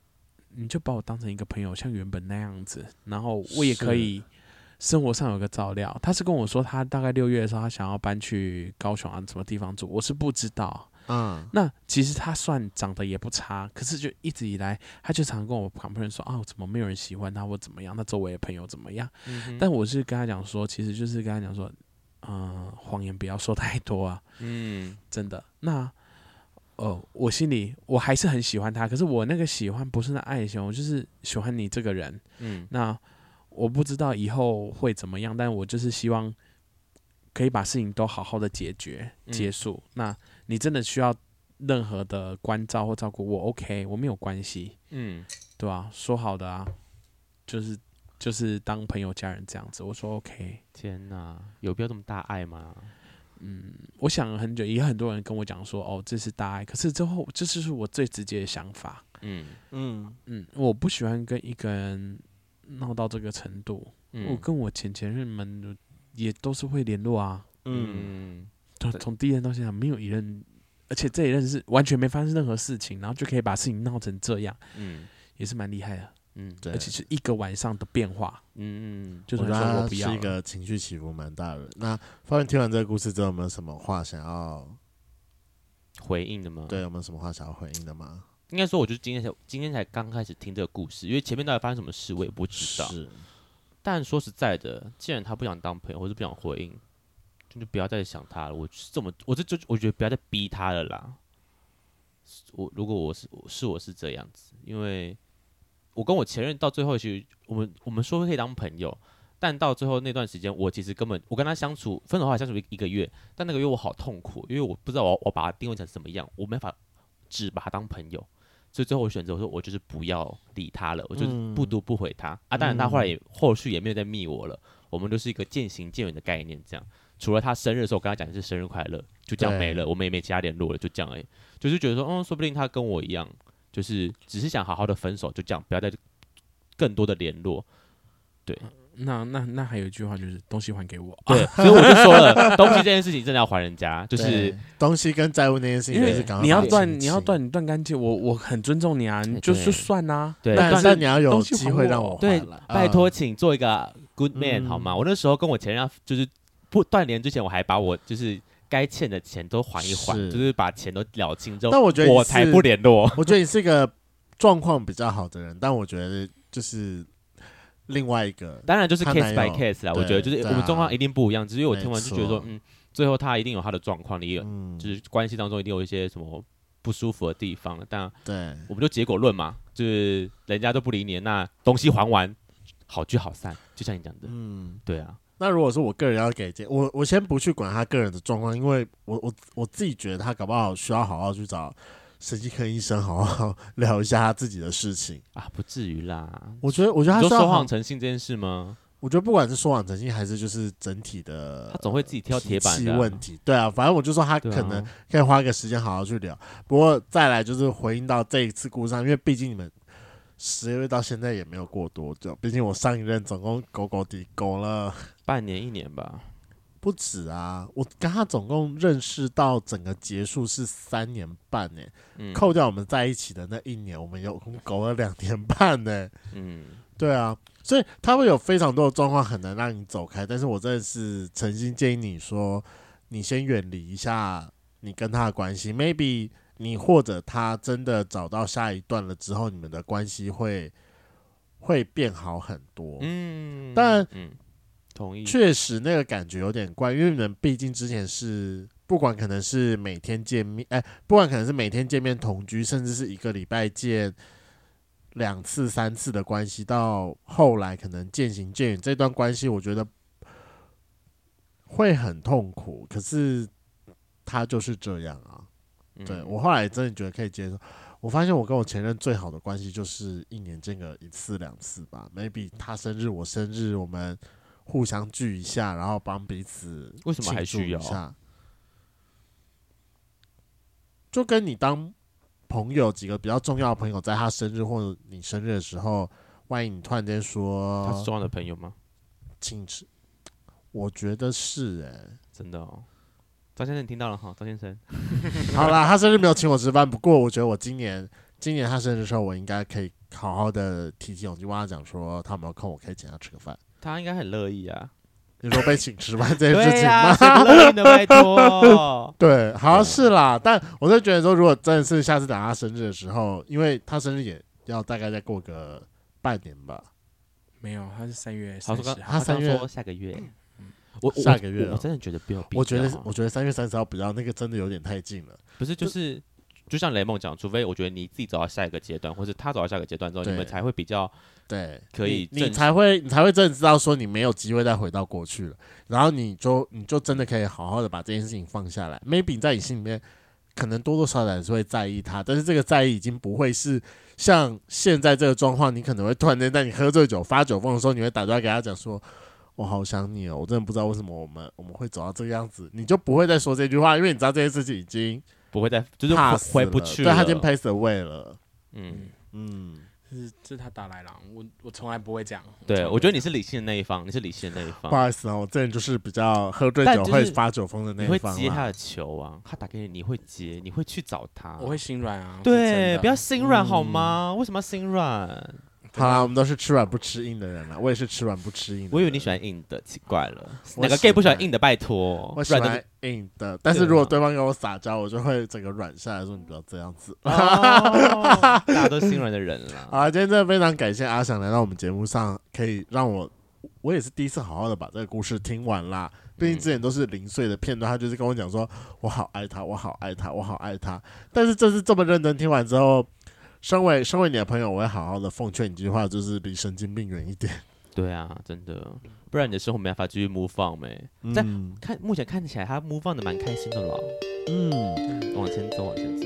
你就把我当成一个朋友，像原本那样子，然后我也可
是
以生活上有个照料。他是跟我说，他大概六月的时候，他想要搬去高雄啊，什么地方住，我是不知道。
嗯，
那其实他算长得也不差，可是就一直以来，他就常跟我旁边人说啊，怎么没有人喜欢他，或怎么样，他周围的朋友怎么样？
嗯哼
但我是跟他讲说，其实就是跟他讲说，嗯、谎言不要说太多啊，
嗯
真的。那呃，我心里我还是很喜欢他，可是我那个喜欢不是那爱情，我就是喜欢你这个人。
嗯
那我不知道以后会怎么样，但我就是希望可以把事情都好好的解决、
嗯
结束。那你真的需要任何的关照或照顾，我 OK，我没有关系，
嗯
对吧、说好的啊，就是就是当朋友、家人这样子，我说 OK。
天哪，有必要这么大爱吗？
我想了很久，也有很多人跟我讲说，哦，这是大爱。可是之后，这就是我最直接的想法。
嗯
嗯，
嗯，我不喜欢跟一个人闹到这个程度。我
嗯
跟我前前任们也都是会联络啊，
嗯
从从第一任到现在没有一任，而且这一任是完全没发生任何事情，然后就可以把事情闹成这样，
嗯
也是蛮厉害的。
嗯
对
而，且是一个晚上的变化，
嗯嗯，
就
我
是
觉
说
得
我
他
不要
是一
了。
个情绪起伏蛮大的人。那方圆听完这个故事之后，有没有什么话想要？
回应的吗？
嗯
对，有没有什么话想要回应的吗？
应该说，我就是今天才今天才刚开始听这个故事，因为前面到底发生什么事我也不知道。
是，
但说实在的，既然他不想当朋友，或是不想回应，就就不要再想他了。我是这么，我这就我觉得不要再逼他了啦。我如果我是我是我是这样子，因为我跟我前任到最后，其实我们我们说可以当朋友，但到最后那段时间，我其实根本我跟他相处分手后还相处一一个月，但那个月我好痛苦，因为我不知道我要我把他定位成什么样，我没法只把他当朋友，所以最后我选择我说我就是不要理他了，我就是不读不回他、啊。当然他后来也后续也没有再密我了，我们都是一个渐行渐远的概念这样。除了他生日的时候，我跟他讲一次生日快乐，就这样
对
没了，我们也没其他联络了，就这样而已。就是觉得说，嗯，说不定他跟我一样，就是只是想好好的分手，就这样，不要再更多的联络。
那那那还有一句话就是东西还给我，
对，所以我就说了，东西这件事情真的要还人家，就是
对东西跟债务那件事哎情
因
也
为
是赶快
你要
把它
断，
清
你要
清，
断，你断干净。我我很尊重你啊，你就
对
是算啊。
对，
但
断
是你要有
东西还
机会
我
让我
对
还了，
拜托，
嗯
请做一个 good
嗯
man 好吗？我那时候跟我前任要就是不断联之前，我还把我就是该欠的钱都还一还，
是
就是把钱都了清之后，
但我觉得
我
是
才不联络。
我觉得你是一个状况比较好的人，但我觉得就是另外一个，
当然就是
她男
case by
友
case 啦，
对
我觉得就是
对啊
我们状况一定不一样，只是因为我
没
听完就觉得说
错，
嗯，最后他一定有他的状况，你有
嗯，
就是关系当中一定有一些什么不舒服的地方，但
对，
我们就结果论嘛，就是人家都不理你，那东西还完，好聚好散，就像你讲的，
嗯。
对啊，
那如果说我个人要给建议，我我先不去管他个人的状况，因为我我我自己觉得他搞不好需要好好去找神经科医生，好好聊一下他自己的事情。
啊，不至于啦。
我觉得，我觉得
你
他需
说说
要
谎
好，
成性这件事吗？
我觉得不管是说谎诚信，还是就是整体的
他总会自己挑铁板
脾气
的啊、
问题。对啊，反正我就说他
对啊
可能可以花个时间好好去聊。不过再来就是回应到这一次故事上，因为毕竟你们十月到现在也没有过多久，毕竟我上一任总共狗狗底狗了。
半年一年吧，
不止啊，我跟他总共认识到整个结束是三年半呢、
嗯
扣掉我们在一起的那一年，我们有苟了两年半欸呢、
嗯，
对啊，所以他会有非常多的状况很难让你走开，但是我真的是诚心建议你说，你先远离一下你跟他的关系，maybe 你或者他真的找到下一段了之后，你们的关系会会变好很多。
嗯，
但
嗯，同意，
确实那个感觉有点怪，因为你们毕竟之前是不管可能是每天见面，哎、不管可能是每天见面同居，甚至是一个礼拜见两次、三次的关系，到后来可能渐行渐远，这段关系我觉得会很痛苦。可是他就是这样啊，
嗯
对我后来真的觉得可以接受。我发现我跟我前任最好的关系就是一年见个一次两次吧，maybe 他生日我生日，我们互相聚一下，然后帮彼此
为什么还
庆祝
需要
一下？就跟你当朋友几个比较重要的朋友，在他生日或者你生日的时候，万一你突然间
他是
说
重要的朋友吗？
请吃，我觉得是哎、
真的哦，张先生你听到了哈，张先生，
好啦，他生日没有请我吃饭，不过我觉得我今年今年他生日的时候，我应该可以好好的提起勇气，跟他讲说他有没有空，我可以请他吃个饭。
他应该很乐意啊，
你说被请吃饭哎这件事
对
情
呀、
吗？
谁不乐意 呢？拜托，
对，好像是啦，但我就觉得说，如果真的是下次等他生日的时候，因为他生日也要大概再过个半年吧，
没有，他是三月
他
三
说
十
刚
号，
他
三
刚
月
说下个月，我我
下个月
我
啊
我真的觉得不要，
我觉
不
得
要啊
我觉得三月三十号比较那个真的有点太近了，
不是就是。就像雷梦讲，除非我觉得你自己走到下一个阶段，或是他走到下一个阶段之后，你
对
们才会比较
对，
可以
你，
正
你才会你才会真的知道说你没有机会再回到过去了，然后你就你就真的可以好好的把这件事情放下来，maybe 你在你心里面。可能多多少少也是会在意他，但是这个在意已经不会是像现在这个状况，你可能会突然间在你喝醉酒发酒疯的时候，你会打电话给他讲说：“我好想你哦，我真的不知道为什么我们我们会走到这个样子。”你就不会再说这句话，因为你知道这件事情已经
不会再就是回
pass
回不
了
去
对
了。
他已经 pass away 了。
嗯，
嗯，
这是这是他打来了，我我从来不会这样。
对，我觉得你是
是
理性的那一方，你是理性的那一
不
方，
好意思啊，我这人就是比较喝醉
但
酒
就是
会发酒疯的那
你
一
会
方
接他
啦。
的球啊，他打给你，你会接，你会去找他，
我会心软啊。是真
对，
的
不要心软好
嗯
吗？为什么要心软？
好啦，我们都是吃软不吃硬的人啦，我也是吃软不吃硬的人。
我以为你喜欢硬的，奇怪了，
我
哪个
喜
gay 不喜欢
欢
硬的？拜托，
我喜
软 的
欢硬的，但是
对啊
如果对方给我撒娇，我就会整个软下来，说你不要这样子。
哦大家都是心软的人
好
啦。
啦，今天真的非常感谢阿翔来到我们节目上，可以让我，我也是第一次好好的把这个故事听完啦。毕竟之前都是零碎的片段，他就是跟我讲说，我好爱他，我好爱他，我好爱他。但是这次这么认真听完之后，身为身为你的朋友，我会好好的奉劝你一句话，就是离神经病远一点。
对啊，真的，不然你的生活没办法继续 move on 没？在
嗯
看目前看起来他 move on 的蛮开心的啦，
嗯。
往前走，往前走。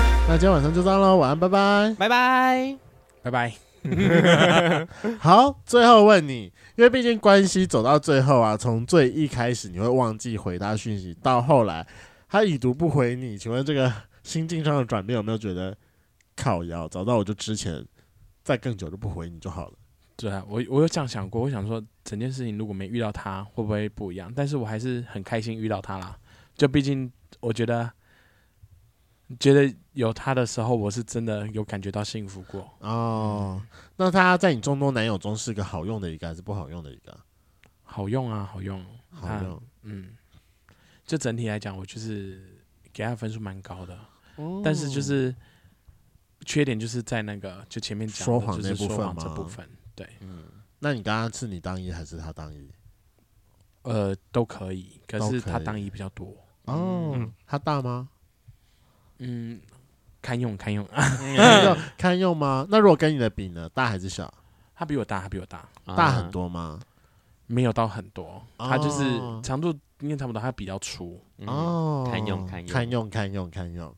那今天晚上就这样喽，晚安，拜拜。
拜拜。
拜拜。
好，最后问你，因为毕竟关系走到最后啊，从最一开始你会忘记回答讯息，到后来他已读不回你，请问这个心境上的转变有没有觉得靠腰？早知道我就之前再更久就不回你就好了。
对啊，我我有这样想过，我想说整件事情如果没遇到他，会不会不一样？但是我还是很开心遇到他啦，就毕竟我觉得，觉得有他的时候，我是真的有感觉到幸福过。
哦，那他在你众多男友中是个好用的一个还是不好用的一个？
好用啊，好用，
好
啊
用，
嗯，就整体来讲，我就是给他分数蛮高的，但是就是缺点就是在那个就前面讲的
说谎
就
那
是
部
说
分
谎这
吗嗯
部分，对，
那你刚刚是你当一还是他当一？
呃，都可以，可
都
是
可
他
以
当一比较多，
哦，他大吗？
嗯，堪用堪用，
堪用堪用吗？那如果跟你的比呢，大还是小？
他比我大，他比我大，
啊
大很多吗？
没有到很多，他就是
哦
长度应该差不多，他比较粗，
嗯
哦，
堪用堪用
堪用堪用堪用。